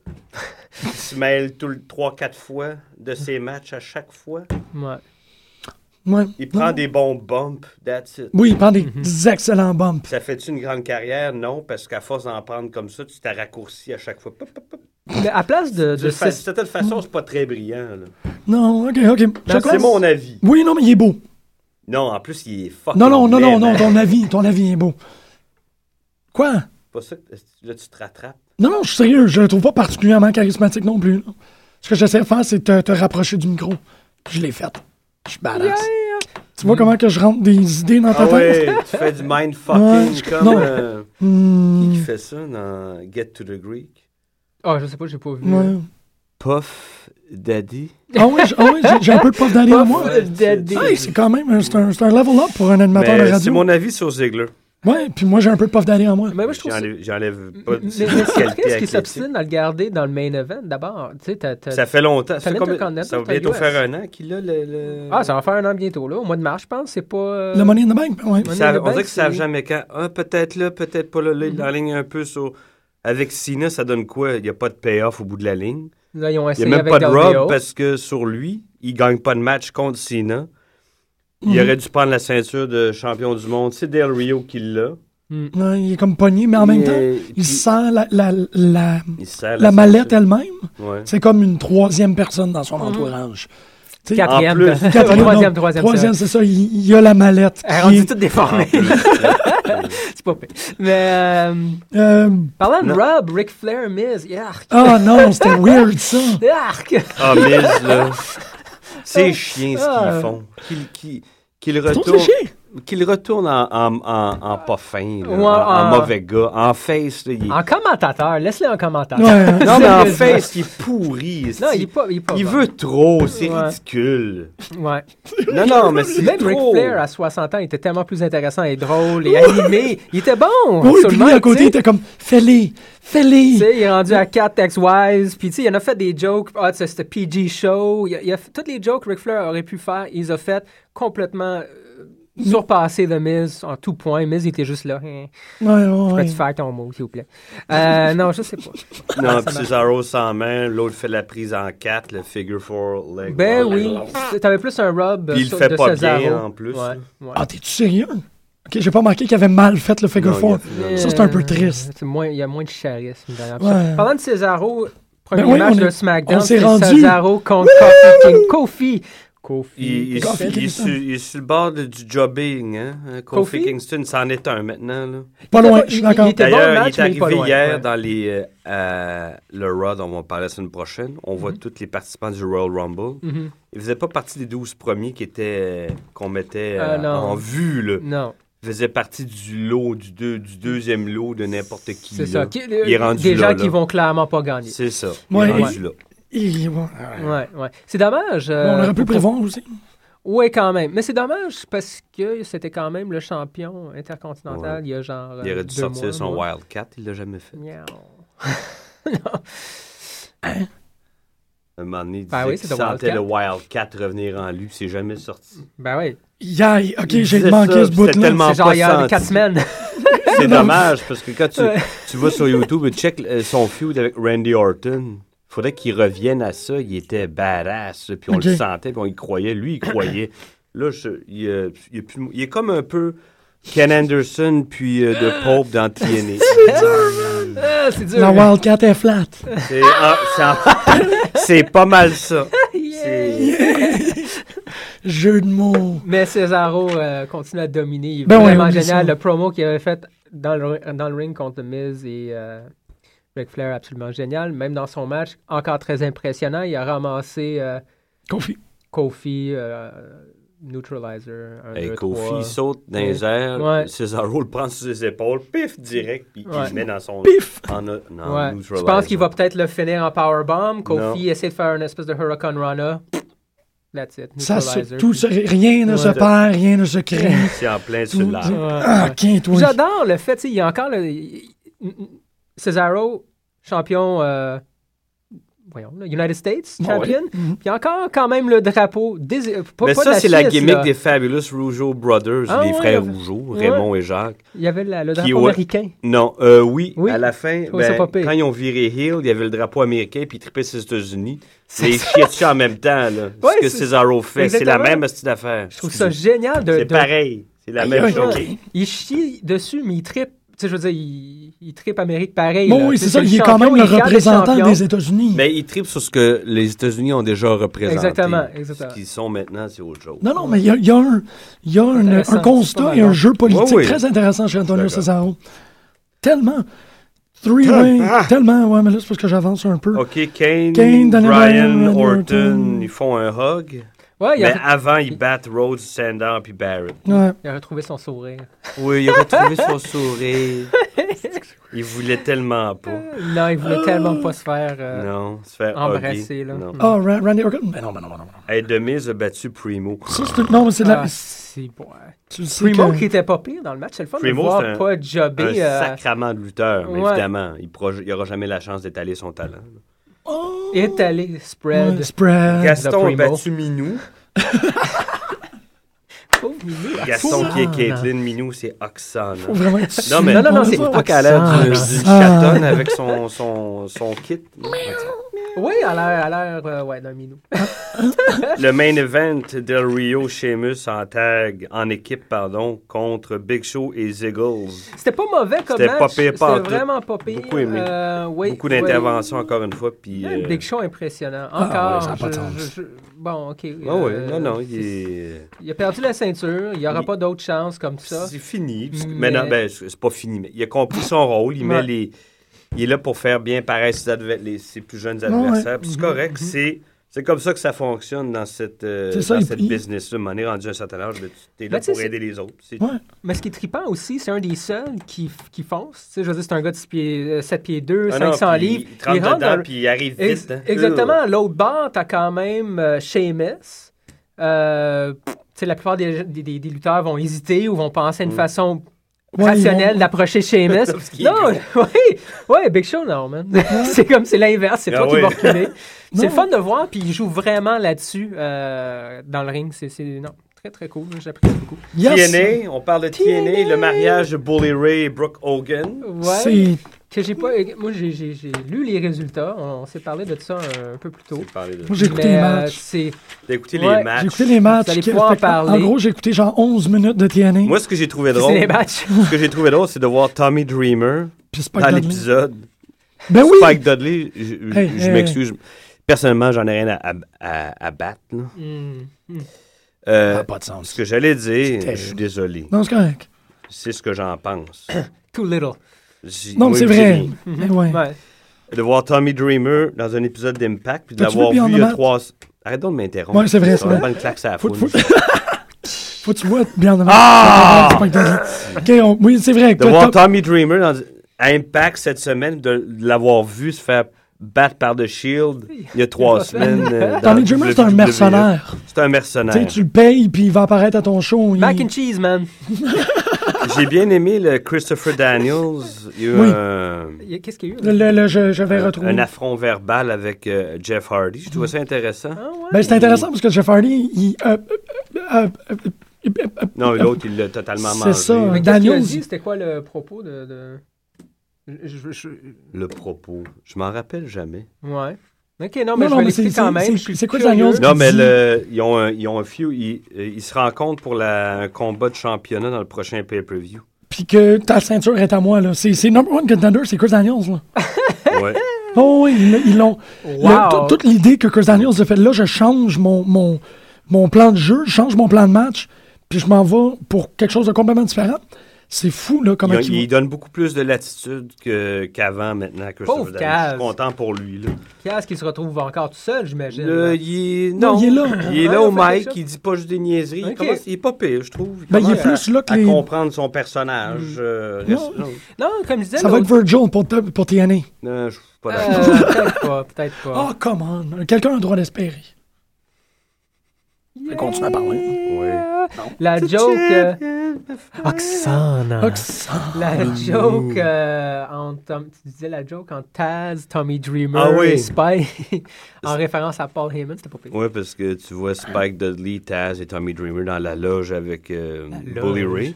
il se mêle tout le 3-4 fois de ses matchs à chaque fois.
Ouais.
Ouais.
Il prend
Non.
des bons bumps, that's it.
Oui, il prend des, des excellents bumps.
Ça fait-tu une grande carrière? Non, parce qu'à force d'en prendre comme ça, tu t'as raccourci à chaque fois. Pop, pop, pop.
Mais à place de. de
De fa-
six-
de certaine façon, c'est pas très brillant. là.
Non, ok, ok.
la place-
C'est mon avis.
Oui, non, mais il est beau.
Non, en plus, il est fucking
Non, non, non,
laid,
non, non,
man.
ton avis, ton avis est beau. Quoi?
Pas ça que- là, tu te rattrapes.
Non, non, je suis sérieux, je le trouve pas particulièrement charismatique non plus. là. Ce que j'essaie de faire, c'est te, te rapprocher du micro. Je l'ai fait. Je suis badass. Tu vois comment que je rentre des idées dans ta
Ah
tête?
ouais, tu fais du
Ouais,
mindfucking comme...
non.
euh,
Hmm,
Qui fait ça dans Get to the Greek?
Ah, je sais pas, j'ai pas vu.
ouais.
Puff Daddy.
Ah ouais, j- ah ouais, j'ai- j'ai un peu de prof d'aller à moi.
Puff Daddy.
Hey, c'est quand même, un- c'est un, c'est un level up pour un animateur de
Mais c'est
radio.
mon avis sur Ziegler.
Ouais, puis moi j'ai un peu de puff d'aller en moi.
Mais moi, je trouve ça. Mm,
J'enlève j'enlève pas
Mais,
de
mais
ses
c'est
qualités
triste qu'il
athlétiques.
s'obstine à le garder dans le main event d'abord. Tu sais, t'as- t'as-
Ça fait longtemps. Ça, fait
Talent
combien-
Intercontinental,
ça va
t'as
bientôt
US.
faire un an qu'il a le. le-
Ah, ça va faire un an bientôt, là. Au mois de mars, je pense. C'est pas. euh,
Le Money in the Bank, ben ouais.
Money-
Ça-
le
on
bail,
dirait que ça
c'est-
jamais quand. Ah, peut-être là, peut-être pas là. Là,
Mm-hmm.
il enligne un peu sur. Avec Cena, ça donne quoi? Il n'y a pas de payoff au bout de la ligne.
Là, ils ont
Il n'y
essayé
a même
avec
pas de
Del Rio.
rub parce que sur lui, il ne gagne pas de match contre Cena.
Mm-hmm.
Il aurait dû prendre la ceinture de champion du monde. C'est Del Rio qui l'a.
Ouais, il est comme pogné, Mm. mais en même
Il,
temps,
euh, puis-
il sent la, la, la,
Il sert
la mallette
ceinture.
elle-même.
Ouais.
C'est comme une troisième personne dans son entourage. Tu sais,
Quatrième.
En plus.
de-
quatre années, non,
Mm. troisième, troisième.
Troisième, c'est ça. Il, il y a la mallette.
Elle est
qui
rendue
est-
toute déformée. C'est pas pire. Mais, euh,
euh,
parlant de Rob, Ric Flair, Miz, yark,
ah non, c'était weird ça.
yark.
Ah, Miz, là. C'est chiant ce
Ah.
qu'ils font. Qu'ils qu'ils- qu'ils
Trop
retournent,
séché.
qu'ils retournent en, en, en, en pas fin, là,
Ouais,
en,
ah.
en
en-
mauvais gars, en face. Là, il est-
En commentateur, laisse-le en commentateur.
Ouais. hein.
Non, mais en
Sérieusement.
face, il est pourri.
Non,
c'est-
il est pas. Il, est pas
il
bon.
veut trop, c'est
Ouais.
ridicule.
Ouais.
Non, non, mais c'est
Même Ric
trop.
Flair à 60 ans, il était tellement plus intéressant et drôle et animé. Il était bon.
Oui, puis
seulement,
lui à côté, il
tu sais,
était comme fais-les,
tu
fais-les.
sais, il est rendu à 4 ex-wives. Puis, tu sais, il en a fait des jokes. Ah, tu sais, c'était PG Show. Il a, il a fait- toutes les jokes que Ric Flair aurait pu faire, ils ont fait complètement euh, surpasser de Miz en tout point. Miz, il était juste là. Hein,
Ouais, ouais, ouais.
Peux-tu faire ton mot, s'il vous plaît? Euh, non, je sais pas.
Non, puis Cesaro sans main, l'autre fait la prise en quatre, le figure four leg.
Ben
lock.
oui. T'avais plus un rub
Puis il
sur-
le fait
de
pas
Cesaro.
bien, en plus,
Ouais,
là.
ouais.
Ah, t'es-tu sérieux? Ok, j'ai pas marqué qu'il avait mal fait le figure
Non,
four.
il a-
Ça, c'est un peu triste.
Euh, C'est moins- Il y a moins de charisme derrière tout
Ouais.
ça. Parlant de Cesaro, premier
Ben oui,
match
on est-
de SmackDown,
on s'est
c'est
rendu.
Cesaro contre Kofi King. Kofi.
Il, il-
Kofi.
il-
Kofi
il- il-
Kingston.
il- il est sur le bord de- du jobbing, hein? hein, Kofi,
Kofi?
Kingston, c'en est un maintenant, là.
Pas
était
loin,
pas-
je suis
il-
d'accord.
il était- bon, le
D'ailleurs,
match,
il est
mais il
arrivé
est pas loin,
hier
ouais.
dans les, euh, euh, le Raw dont on va parler la semaine prochaine. On voit tous les participants du Royal Rumble.
Mhm.
Ils faisaient pas partie des 12 premiers qui étaient, euh, qu'on mettait
Ah,
euh,
non. Mm.
en vue, là.
Non,
Ils faisaient partie du lot, du, deux- du deuxième lot de n'importe qui,
c'est
là.
ça. Qui- euh,
Il est rendu
des
là,
gens
là.
qui vont clairement pas gagner.
C'est ça. Il
Ouais.
est rendu là.
Il- ouais.
Ouais, ouais. C'est dommage. euh,
On aurait pu
prévoir.
prévoir aussi.
Oui, quand même. Mais c'est dommage parce que c'était quand même le champion intercontinental il y a genre. euh,
Il aurait dû
deux
sortir
mois,
son
mois.
Wildcat, il l'a jamais fait.
Miaou.
Un moment donné, il
Ben
disait
oui,
qu'il
c'est le
sentait le Wildcat revenir en lui, puis c'est jamais sorti.
Ben oui.
Yeah, ok,
Il
j'ai
disait
manqué
ça,
ce
puis
bout-là.
c'était tellement- On
C'est genre
pas
il y a
senti.
quatre semaines.
C'est dommage, parce que quand tu,
Ouais.
tu vas sur YouTube et check euh, son feud avec Randy Orton, faudrait qu'il revienne à ça. Il était badass, là, puis on
Ok.
le sentait, puis on y croyait. Lui, il croyait. Là, je- il, euh, il est plus- il est comme un peu Ken Anderson, puis euh, The Pope dans TNA.
Ah, c'est dur.
La Wildcat est flat.
C'est ah, c'est en- c'est pas mal ça. C'est-
Jeu de mots.
Mais Cesaro euh, continue à dominer. Il est
Ben ouais,
vraiment
oublie
génial.
ça.
Le promo qu'il avait fait dans le, dans le ring contre Miz et euh, Ric Flair, absolument génial. Même dans son match, encore très impressionnant. Il a ramassé euh,
Confie.
Kofi, euh, Neutralizer. un,
Hey,
deux,
Kofi,
trois.
il saute dans les airs,
Ouais.
Cesaro le prend sur ses épaules, pif, direct, puis
Ouais.
il se met dans son...
Pif!
En, non,
Ouais.
neutralizer.
Je pense qu'il va peut-être le finir en powerbomb.
Non.
Kofi essaie de faire une espèce de Hurricane Rana. That's it.
Ça se,
Neutralizer.
tout se- rien ne
Ouais.
se perd, rien ne se crée.
C'est en plein sur
Tout-
l'air.
Ouais,
Ah,
ouais.
ok, toi.
J'adore le fait, tu sais, il y a encore le. il- il- Cesaro, champion. euh, voyons, là, United States,
Ouais. Mhm.
champion. Puis il y a encore quand même le drapeau. Dés- euh, pas-
Mais
pas
ça,
de
c'est la
Suisse,
gimmick
là.
des Fabulous Rougeau Brothers,
Ah
les
ouais,
frères
la-
Rougeau,
ouais.
Raymond et Jacques.
Il y avait la- le drapeau
ouais.
américain.
Non, euh, oui,
Oui.
à la fin,
trouvais ça
ben,
pas pire.
quand ils ont viré Hill, il y avait le drapeau américain, puis ils trippaient sur les États-Unis. Mais ils chiaient dessus en même temps, là.
Ouais,
ce que
c'est-
Cesaro fait, c'est la
Exactement.
même petite affaire.
Je trouve ça génial de.
C'est
de-
pareil, c'est la
aïe,
même chose.
aïe.
Il chie dessus, mais il tripe. Tu sais, je veux dire, il, il tripe Amérique pareil.
Bon,
là.
oui,
Tu sais,
c'est ça,
le
il est quand
champion,
même le
il garde les
représentant
champions.
des États-Unis.
Mais ils tripent sur ce que les États-Unis ont déjà représenté.
Exactement, exactement.
Ce qu'ils sont maintenant, c'est autre chose.
Non, non, mais il y a, il y a un, il y a un-
Intéressant,
un
c'est pas
constat
mal
et un
bon.
jeu politique
Ouais, ouais.
très intéressant chez Antonio
D'accord. Ah.
Cesaro. Tellement. Three-way. Tellement, ouais, mais là, c'est parce que j'avance un peu.
OK, Kane,
Kane, Daniel
Bryan,
Bryan,
Orton,
Orton.
ils font un hug.
Ouais, Ah, il
Mais
a,
avant, ils battent Rhodes, Sandow puis Barrett.
Ouais.
il a retrouvé son sourire.
Oui, il a retrouvé son sourire. Il voulait tellement pas.
Non, il voulait tellement pas se faire. euh,
Non, se faire
embrasser,
hugger,
là.
Non.
Ah, Ra- Randy Orton? Ben non, ben non, ben non.
Hey, Demise a battu Primo.
Ça, c'est- non, mais c'est de la.
Ah, c'est bon.
tu le sais
Primo
que-
qui était pas pire dans le match, c'est le fun
Primo,
de
c'est
voir
un-
pas
Un
jobber. euh,
sacrament de lutteur, mais
ouais.
évidemment, il pourra- il n'aura jamais la chance d'étaler son talent.
Oh!
étaler spread.
Ouais, spread.
Gaston a
Ah, Primo.
battu Minou.
Oh, Minou.
Gaston qui est
Oksana.
Caitlyn, Minou c'est Oksana.
Faut vraiment être sûr.
Non, Ah, mais
Non, non, non, c'est Ah.
faut pas qu'elle a l'air d'une d'une
Oksana.
chatonne avec son, son, son kit.
Oui, à l'air, à l'air, euh, ouais, d'un minou.
Le main event Del Rio Sheamus en tag, en équipe, pardon, contre Big Show et Ziggles.
C'était pas mauvais comme
C'était
match.
pas pire, pas en
C'était
tout.
vraiment pas pire.
Beaucoup aimé.
Euh, oui,
Beaucoup
oui.
d'interventions encore une fois. Puis,
Ouais,
euh,
Big Show impressionnant.
Ah, ouais,
Encore.
ça a pas de
je-
sens.
je- je- Bon, ok.
ah
euh,
ouais, non, non, il est-
Il a perdu la ceinture. Il n'y aura
Il-
pas d'autre chance comme ça.
C'est fini.
Mais-
Maintenant, ben, c'est c'est pas fini. Mais il a compris son rôle. Il
Ouais.
met les. Il est là pour faire bien paraître ses, adver- les- ses plus jeunes
Ouais, ouais.
adversaires.
Mm-hmm,
Puis c'est correct. C'est. C'est comme ça que ça fonctionne dans cette, euh,
C'est ça,
dans
il-
cette
il-
business-là. Mais On est rendu à un certain âge, mais tu es là
Ben, tu sais,
pour
c'est-
aider les autres. C'est-
Ouais.
Mais ce qui est trippant aussi, c'est un des seuls qui, qui fonce. Tu sais, je veux dire, c'est un gars de six pieds, euh, 7 pieds 2,
Ah non,
500
puis
livres.
Il rentre
rentre
dedans,
dans-
puis il arrive
Ex-
vite. hein.
Exactement. à L'autre bord, t'as quand même euh, Sheamus. Euh, tu sais, la plupart des, des- des- des lutteurs vont hésiter ou vont penser à une façon
Ouais,
rationnelle
ils vont-
d'approcher Sheamus.
Mm. qu'il est
non, oui, ouais, Big Show, non, man. c'est comme, c'est l'inverse, c'est
Ah
toi qui
oui.
vas reculer. c'est le
Non.
fun de voir, puis il joue vraiment là-dessus euh, dans le ring. C'est, c'est- non, très, très cool. J'apprécie beaucoup.
Yes!
TNA, on parle de TNA, le mariage de Bully Ray et Brooke Hogan.
Ouais.
C'est
Que j'ai pas, euh, moi, j'ai, j'ai- j'ai lu les résultats. On, on s'est parlé de ça un, un peu plus tôt.
C'est parler de-
Moi, j'ai écouté
Mais,
les
euh,
matchs.
c'est
D'écouter
Ouais,
les
J'ai
matchs.
écouté les matchs.
Vous allez
qui-
pouvoir en
fait que,
parler.
gros, j'ai écouté genre 11 minutes de TNA.
Moi, ce que j'ai trouvé
c'est les
drôle,
matchs.
ce que j'ai trouvé drôle, c'est de voir Tommy Dreamer
puis Spike
dans
Dudley.
l'épisode.
Ben oui!
Spike Dudley, je, je-
Hey,
je
hey,
m'excuse. Personnellement, j'en ai rien à, à- à- à battre. là.
Hmm.
Euh,
Ça n'a pas de sens.
ce que j'allais dire,
terrible.
je suis désolé.
Non, c'est correct.
C'est ce que j'en pense.
Too little.
J'ai-
Non, mais
oui,
c'est
j'ai
vrai.
ri.
Mais ouais.
Ouais.
De voir Tommy Dreamer dans un épisode d'Impact, puis de
T'as-tu
l'avoir
vu
vu il y a
Beyond the
trois. Arrête donc de m'interrompre.
Ouais, c'est
Ça
vrai, c'est
va
vrai.
pas une claque à la
Faut,
foule.
faut... faut que tu vois bien devant. Ah! Spike Dudley. Ok, on- oui, c'est vrai.
De voir Tommy Dreamer dans, à Impact cette semaine, de, de l'avoir vu se faire battre par The Shield il y a trois semaines. euh, dans
Tommy Dreamer, c'est un
WWE.
mercenaire.
C'est un
Tu sais,
mercenaire.
tu le payes, puis il va apparaître à ton show. il-
Mac and cheese, man.
J'ai bien aimé le Christopher Daniels. Il y a eu
Oui.
un,
Il y a- Qu'est-ce qu'il y a eu? là?
Le- le- le- je, je vais
un-
retrouver.
un affront verbal avec euh, Jeff Hardy. Je trouvais ça intéressant.
Ben, c'est intéressant parce que Jeff Hardy, il. euh, euh, euh, euh, euh,
Non, l'autre, il l'a totalement
C'est
mangé.
ça.
là.
Mais qu'est-ce qu'il a
Daniels.
dit? C'était quoi le propos de. de- Je- je- je-
Le propos. Je m'en rappelle jamais.
Ouais. Ok, non, mais
non,
je vais
mais c'est-
l'écouter quand
c'est-
même.
c'est-
Je suis
c'est quoi
curieux.
Daniels?
Non,
Tu
mais
dis-
le- ils, ont un, ils ont un few. Ils, euh, ils se rencontrent pour la, un combat de championnat dans le prochain pay-per-view.
Puis que ta ceinture est à moi, là. C'est c'est number one contender, c'est Chris Daniels, là.
Ouais.
Oh, oui, ils l'ont- ils l'ont.
Wow.
Le- tout- toute l'idée que Chris Daniels a fait là, je change mon, mon, mon plan de jeu, je change mon plan de match, puis je m'en vais pour quelque chose de complètement différent. C'est fou, là, comment
Il,
il,
il donne beaucoup plus de latitude que- qu'avant maintenant. Que
Pauvre
Je suis
cave.
content pour lui. Là.
Qu'est-ce qu'il se retrouve encore tout seul, j'imagine?
Là,
là?
il, est-
Non, il est là.
Il est
Ah,
là
il a
au
fait quelque
mic,
chose.
il dit pas juste des niaiseries. Il,
Ok.
commence- il est pas pire, je trouve.
Ben, il est
commence
plus là que
à, à
les- Mm.
comprendre son personnage. euh, reste- non,
Non, comme je disais.
Ça va être
l'autre-
Virgil pour, te- pour TNA.
non, je suis pas d'accord.
Euh, Peut-être pas, peut-être pas.
Oh, come on. Quelqu'un a le droit d'espérer.
Continue à parler.
Ouais.
La joke. euh, Oksana.
Oxy-
La joke euh, entre Tom- tu disais la joke en Taz, Tommy Dreamer
Ah oui.
et Spike en référence à Paul Heyman, c'était pas
Euh.
pire.
Ouais, parce que tu vois Spike Dudley, Taz et Tommy Dreamer dans la loge avec euh,
La
Bully
loge.
Ray.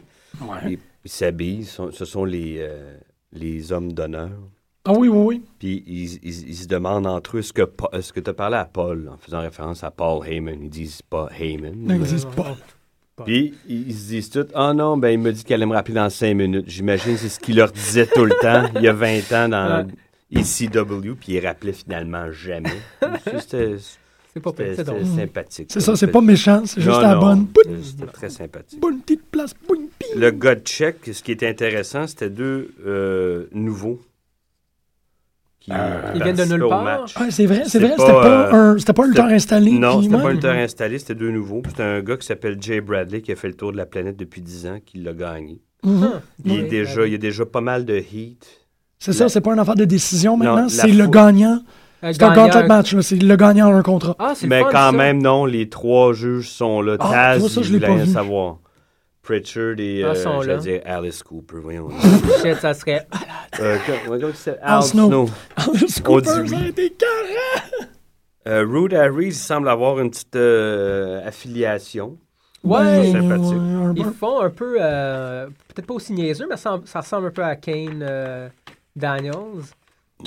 Ils- Ils s'habillent, ils sont- ce sont les, euh, les hommes d'honneur.
Ah oui, oui, oui.
Puis ils, ils- ils se demandent entre eux ce que, Pa- ce que tu as parlé à Paul, en faisant référence à Paul Heyman. Ils disent pas Heyman.
Non, ils
mais-
disent pas.
Puis ils se disent tout Ah non, ben il me dit qu'elle allait me rappeler dans cinq minutes. J'imagine c'est ce qu'il leur disait tout le temps, il y a 20 ans dans ECW, puis il rappelait finalement jamais. C'était
C'est pas pire,
c'était-
c'est drôle.
c'était sympathique.
C'est ça, c'est pas méchant, c'est juste
Non,
la
non,
bonne.
euh,
Pout-
C'était très sympathique.
Bonne petite place. boum, pi.
Le God Check, ce qui était intéressant, c'était deux euh, nouveaux. Qui
Ils viennent de nulle
participaient au
part? Ah,
match.
Ouais, c'est vrai,
C'est
c'est vrai.
pas,
C'était
euh,
pas, un- c'était pas un
c'était-
lutteur installé.
Non,
puis
c'était pas
ouais.
le lutteur installé, c'était deux nouveaux. Puis C'était un gars qui s'appelle Jay Bradley qui a fait le tour de la planète depuis 10 ans, qui l'a gagné.
Mhm.
Ah,
Il, est
Ouais.
déjà, il y a déjà pas mal de heat.
C'est ça, c'est pas une affaire de décision
Non, la
maintenant, c'est le
fou-
gagnant.
Un
C'est un
Euh, gagnant-
contract match, là, c'est le gagnant a un contrat.
Ah, c'est le
Mais
fun,
quand
ça.
même, non, les trois juges sont là.
Ah,
Taz,
moi, ça,
il
je l'ai
voulait
pas
rien
vu.
savoir. Pritchard et,
Ah,
euh,
sont
j'allais
là.
dire, Alice Cooper, voyons.
Shit, ça serait.
Euh, que- ouais, comment il s'appelle?
Al
Al
Snow.
Snow.
Alice
On
Cooper,
dit
ça a
oui.
été carré.
Euh, Rude Harry semble avoir une petite euh, affiliation.
Ouais,
c'est sympathique.
un
ils
bon-
font un peu. euh, Peut-être pas aussi niaiseux, mais ça, ça ressemble un peu à Kane euh, Daniels.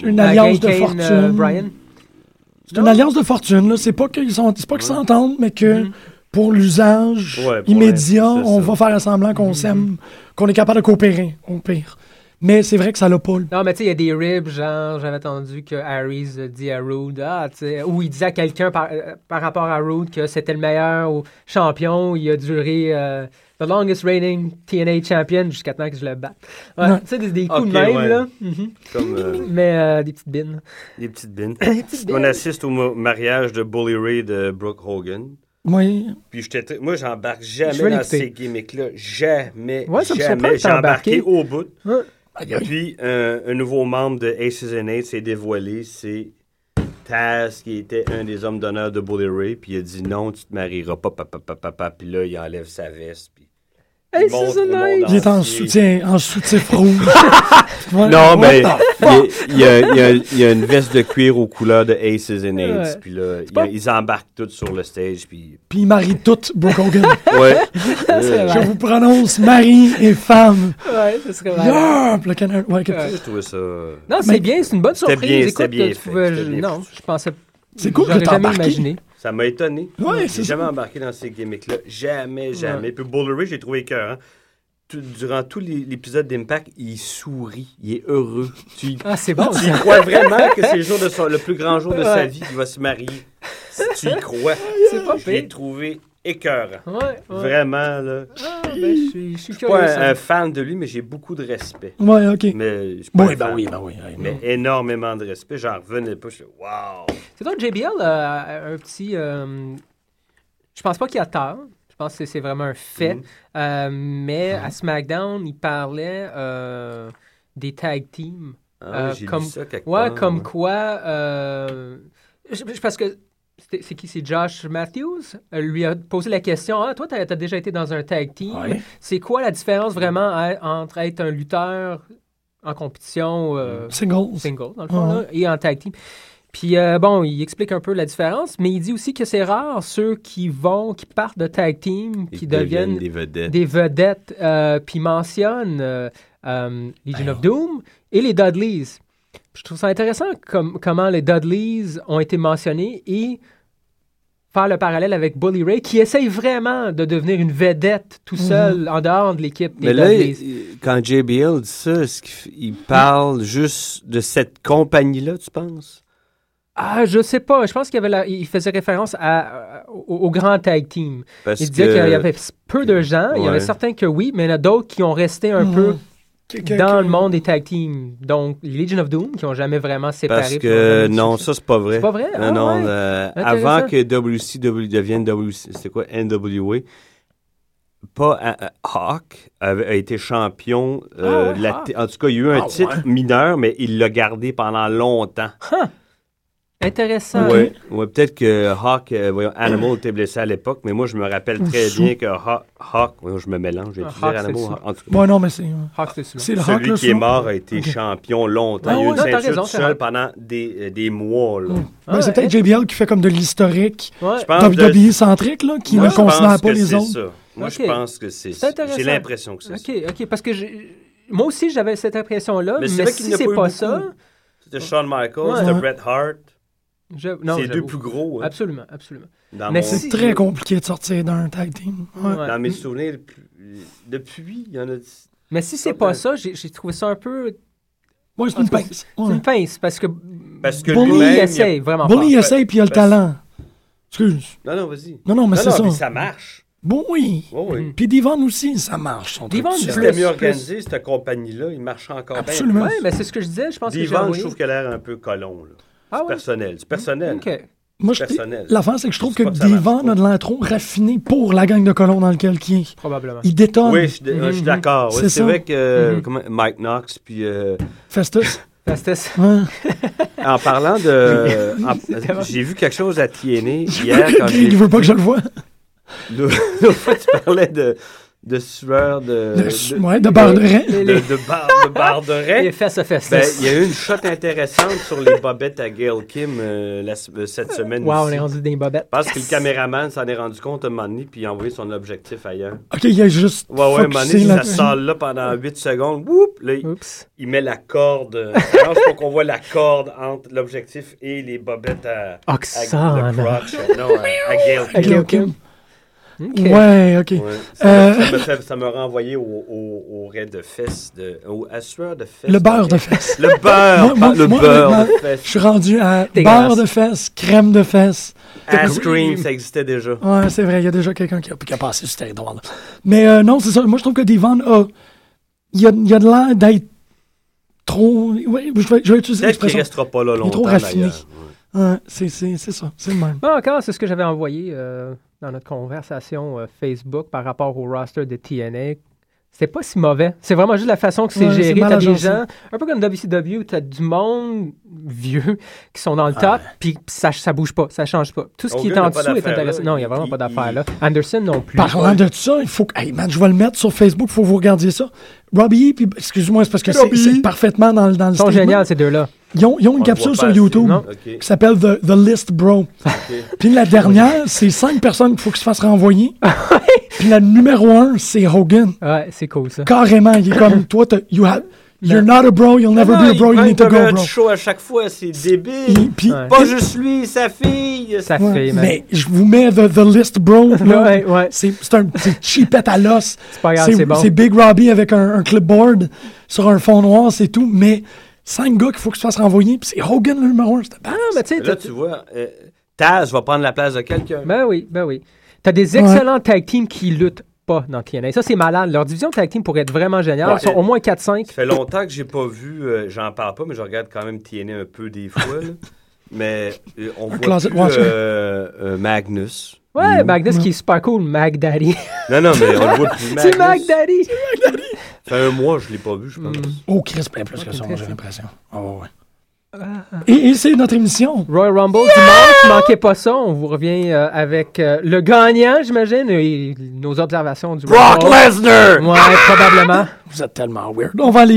Une
À
alliance de
Kane,
euh,
fortune.
euh, Bryan.
C'est une alliance de fortune. là. C'est pas qu'ils sont- c'est pas qu'ils s'entendent, mais que pour l'usage
Mm-hmm. Ouais, pour
immédiat,
le- c'est
on
ça. Mm-hmm.
va faire un semblant qu'on s'aime, qu'on est capable de coopérer, au pire. Mais c'est vrai que ça l'a pas. le-
Non, mais tu sais, il y a des ribs, genre, j'avais entendu que Harry's euh, dit à Rude, ah, tu sais, ou il disait à quelqu'un par, euh, par rapport à Rude que c'était le meilleur ou champion, il a duré euh, the longest reigning TNA champion jusqu'à temps que je le batte. Ouais,
Ouais.
tu sais, des, des coups
Ok,
de même,
ouais.
là. Mhm.
Comme euh,
Mais euh, des petites bines.
des petites bines. On assiste au mo- mariage de Bully Ray de Brooke Hogan.
Oui.
Puis j'étais très- moi, j'embarque jamais
Je vais
dans
l'écouter.
ces gimmicks-là. Jamais.
Ouais, ça me surprend
jamais.
que
J'ai
t'as
embarqué
embarqué.
au bout.
Ouais.
Puis un, un nouveau membre de Aces and Eights s'est dévoilé. C'est Taz, qui était un des hommes d'honneur de Bully Ray. Puis il a dit non, tu te marieras pas, papa, papa, papa. Puis là, il enlève sa veste. Puis
Hey,
il montre
c'est
au monde
nice.
Il est en
entier.
soutien, en soutif rouge. Ouais.
Ah, Non,
What
mais
the-
il y, a- il y a- il y a une veste de cuir aux couleurs de Aces and Eights.
Ouais.
Puis là, il y a-
pas-
ils embarquent tous sur le stage. Puis. Euh,
Puis il marie toutes, Brooke Hogan.
Ouais.
Je vous prononce mari et femme.
Ouais, ce serait vrai.
Yeah! Puis le canard- ouais, que-
Je trouvais ça.
Non, c'est bien, c'est une bonne
C'était
surprise.
bien,
Écoute,
c'était bien
tu
fait,
pouvais-
c'était bien
non, je pensais
C'est cool que
j'aurais
t'as
jamais
embarqué.
imaginé.
Ça m'a étonné.
Ouais, c'est
J'ai jamais embarqué dans ces gimmicks-là. Jamais, jamais. Puis Bullery, j'ai trouvé cœur. durant tout l'é- l'épisode d'Impact, il sourit, il est heureux. Tu y
Ah, c'est bon,
tu y
ça.
crois vraiment que c'est le, jour de son- le plus grand jour de sa
Ouais.
vie qu'il va se marier. Si tu y crois.
C'est pas
Je l'ai
pire.
trouvé écœurant.
Ouais, ouais.
Vraiment, là.
Ah, ben, je suis- je
Je
suis
suis pas
curieux.
un,
ça.
un fan de lui, mais j'ai beaucoup de respect.
Ouais, ok.
Mais je suis pas
Oui,
un
ben
fan,
oui, ben oui. ouais,
Mais énormément de respect. J'en revenais pas. Je suis wow. Ah
C'est toi, JBL, euh, un petit. euh, je pense pas qu'il a tort. Je pense que c'est vraiment un fait.
Mm-hmm.
Euh, mais à SmackDown, il parlait euh, des tag teams.
Ah,
Euh,
j'ai
comme-
lu ça quelque
Ouais,
part,
comme
ouais.
quoi. euh, je, je- parce que. c'était- C'est qui? C'est Josh Matthews? Euh, Lui a posé la question Ah, toi, t'as t'as déjà été dans un tag team.
Ouais.
C'est quoi la différence vraiment à- entre être un lutteur en compétition
Mm-hmm.
euh,
Singles.
single, dans le fond, là, et en tag team. Puis, euh, bon, il explique un peu la différence, mais il dit aussi que c'est rare ceux qui vont, qui partent de tag team,
Ils
qui deviennent des,
vedettes.
vedettes, euh, puis mentionne euh, euh,
Ben
Legion of Doom et les Dudleys. Je trouve ça intéressant comme, comment les Dudleys ont été mentionnés et faire le parallèle avec Bully Ray, qui essaye vraiment de devenir une vedette tout seul, en dehors de l'équipe des
Mais là,
Dudleys.
il- quand JBL dit ça, est-ce qu'il f- il parle juste de cette compagnie-là, tu penses?
Ah, je sais pas. Je pense qu'il y avait la- il faisait référence à, au, au grand tag team.
Parce
il disait
que-
qu'il y avait peu de gens. Il y
Ouais.
avait certains que oui, mais il y en a d'autres qui ont resté un
Hmm.
peu dans le monde des tag teams. Donc, les Legion of Doom, qui n'ont jamais vraiment séparé.
Parce
puis qui ont jamais
que
eu de
non,
succès.
ça c'est pas vrai.
C'est pas vrai?
Non,
Ah,
non.
ouais.
euh,
Intéressant.
avant que WCW devienne WC, c'était quoi NWA? Pas à- à- Hawk avait- a été champion. euh,
Ah ouais,
de la
Hawk. Ah
t- en tout cas, il y a eu un titre mineur, mais il l'a gardé pendant longtemps.
Intéressant.
Ouais, ouais, peut-être que Hawk, euh, voyons, Animal était blessé à l'époque, mais moi je me rappelle très bien que Haw- Hawk, voyons, je me mélange, j'ai
Ah,
dit
Hawk,
Animal,
c'est
Hawk, en tout cas.
Ouais, non, mais c'est.
Hawk, Ah, c'est celui-là.
C'est le Hawk,
Celui
là,
qui est
ça.
mort a été champion longtemps.
Ah
il y a eu
ouais,
une
non, t'as
ceinture
raison,
tout
c'est
seul
vrai.
pendant des, euh, des mois. là.
Ben, c'est
Ouais.
peut-être JBL qui fait comme de l'historique
Ah, eh. Ouais.
Je pense de-
WWE centrique, là, qui
Moi,
ne
je pense
considère
que
pas les
c'est
autres.
ça. Moi,
Ok.
je pense que c'est
C'est
ça.
intéressant.
J'ai l'impression que c'est
OK, OK. Parce que j'ai- moi aussi, j'avais cette impression-là,
Mais
mais,
c'est vrai qu'il
si
n'y en a
c'est
pas eu
pas,
beaucoup.
ça...
ça. C'était Shawn Michaels,
Ouais.
c'était
Ouais.
Bret Hart.
je- non,
C'est les deux
j'avoue.
plus gros. hein,
Absolument, absolument.
dans
Mais
mon-
si-
C'est très compliqué de sortir d'un tag team. Ouais.
Ouais.
Dans mes souvenirs, plus- depuis, il y en a.
Mais si c'est pas ça, j'ai j'ai trouvé ça un peu...
Ouais, c'est une
tout cas,
pince.
C'est
Ouais.
une pince, parce que...
Parce que
Bully
Bully
lui-même. il a-
essaye vraiment fort.
Bully essaye, puis il a le
parce-
talent. Excuse.
Non, non, vas-y.
Non, non, mais c'est ça.
puis ça marche.
Bon, oui.
Oui,
Mm.
oui.
Puis Divan aussi, ça marche. son
Devon,
truc.
Si
plus,
c'était mieux
plus.
organisé, cette compagnie-là, il marchait encore
Absolument.
Ouais, mais c'est ce que je disais, je pense
bien.
que j'ai
Divan, je
envoyé.
trouve qu'elle a l'air un peu colon. là.
Ah
C'est
ouais?
personnel. C'est personnel.
OK.
Moi, je,
personnel.
l'affaire, c'est que je trouve
Je sais
que
pas que ça marche
Divan
pas.
a de l'air trop raffiné pour la gang de colons dans lequel il est.
Probablement.
Il détonne.
Oui, je suis d- euh, je suis d'accord. Oui,
Mm-hmm. C'est
C'est
ça. Mm-hmm.
vrai que euh, comment- Mike Knox, puis euh,
Festus. Hein?
Parce que c'est-
Ouais.
En parlant de. en- J'ai vu quelque chose à TNA hier quand j'ai.
il veut pas que je le vois.
L'autre l'autre fois, tu parlais de, de sueur Euh, de.
De, ouais, de Barderin.
de, de, de bar- de Barderin.
Les fesses à fesses.
Ben, il y a eu une shot intéressante sur les bobettes à Gail Kim euh, la s- euh, cette semaine.
Wow, on
ici.
est rendu des bobettes.
Je pense que le caméraman s'en est rendu compte à un moment donné, puis il a envoyé son objectif ailleurs.
OK, il y a juste
Ouais, ouais, à un moment
focusé
donné, ça
là-dessus.
sort là pendant 8 secondes. Whoop, là, il,
Oups.
il met la corde. euh, Je pense qu'on voit la corde entre l'objectif et les bobettes à, à,
Oxane.
le crotch, euh, non, à, à Gail Kim.
Ok, ok.
Ok. Ouais, OK.
Ouais, ça,
Euh.
ça me fait- ça me rend envoyé au, au, au raid de fesses, de, au à sueur de fesses.
Le beurre de fesses.
Le beurre,
Moi- moi-
pas le
moi,
beurre de
honnêtement, Je
fesses.
suis rendu à
Dégueulasse.
beurre de fesses, crème de fesses.
Ass cream, ça existait déjà.
Ouais, c'est vrai, il y a déjà quelqu'un qui a, qui a passé sur ce territoire-là. Mais euh, non, c'est ça. Moi, je trouve que Devon a. Il y a, il y a de l'air d'être trop. Ouais, je, vais, je vais utiliser
Peut-être qu'il
l'expression.
restera pas là longtemps.
Il est trop raffiné.
d'ailleurs.
Ouais, c'est c'est- c'est ça, c'est le même.
Bon, encore, c'est ce que j'avais envoyé euh, dans notre conversation euh, Facebook par rapport au roster de TNA. C'est pas si mauvais. C'est vraiment juste la façon que c'est
Ouais, c'est
géré.
mal
T'as des
agencé.
gens, un peu comme WCW, t'as du monde vieux qui sont dans le top, puis ça, ça bouge pas, ça change pas. Tout ce qui
Hogan
est en
n'a pas
dessous est
d'affaire,
intéressant.
là.
Non, il y a vraiment
Il-
pas d'affaire
il-
là. Anderson non plus.
Parlant de ça, il faut que. Hey man, je vais le mettre sur Facebook, il faut que vous regardiez ça. Robbie, puis excuse-moi, c'est parce que c'est
Robbie.
c'est parfaitement dans, le- dans le
Ils sont
statement.
géniaux, ces deux-là.
Ils ont, ils ont
On
une
le
capsule
voit
sur
pas
YouTube
assez.
Non.
Ok.
qui s'appelle The, The List Bro. Puis la dernière, c'est cinq personnes qu'il faut qu'ils se fassent renvoyer. Puis la numéro un, c'est Hogan.
Ouais, c'est cool ça.
Carrément, il est comme toi, t'as- you have, you're not a bro, you'll
Ah
never be a bro, you
il
need to go,
un
bro.
show à chaque fois, c'est
Il-
débile.
puis-
Ouais.
Pas juste lui, sa fille.
Ça
Ouais,
fait, man.
mais je vous mets The, the List Bro. là.
Ouais, ouais.
C'est c'est un- c'est cheapette à l'os.
C'est pas grave, c'est bon.
C'est Big Robbie avec un, un clipboard sur un fond noir, c'est tout. Mais cinq gars qu'il faut qu'ils se fassent renvoyer, puis c'est Hogan le numéro un. c'était bad.
Non, mais tu sais,
Là,
t'as-
tu vois, euh, Taz va prendre la place de quelqu'un.
Ben oui, ben oui. T'as des excellents tag teams qui luttent pas dans TNA. Ça, c'est malade. Leur division tag team pourrait être vraiment géniale.
Ouais.
Ils sont au moins
Ça
4-5.
fait longtemps que j'ai pas vu, euh, j'en parle pas, mais je regarde quand même TNA un peu des fois. là. mais euh, on voit
closet
plus,
watcher.
euh, euh, Magnus.
Ouais, Magnus qui est super cool. Mag Daddy.
Non, non, mais on le voit plus
c'est
Magnus.
Mag Daddy.
Ça fait un mois, je l'ai pas vu, je pense.
Oh, Chris, plein plus que ça, moi, j'ai l'impression. Oh, ouais. Et, et c'est notre émission.
Royal Rumble dimanche. Manquez pas ça. On vous revient euh, avec euh, le gagnant, j'imagine, et nos observations du
Brock
Royal Rumble.
Lesnar!
Ouais, probablement.
Vous êtes tellement weird. On va aller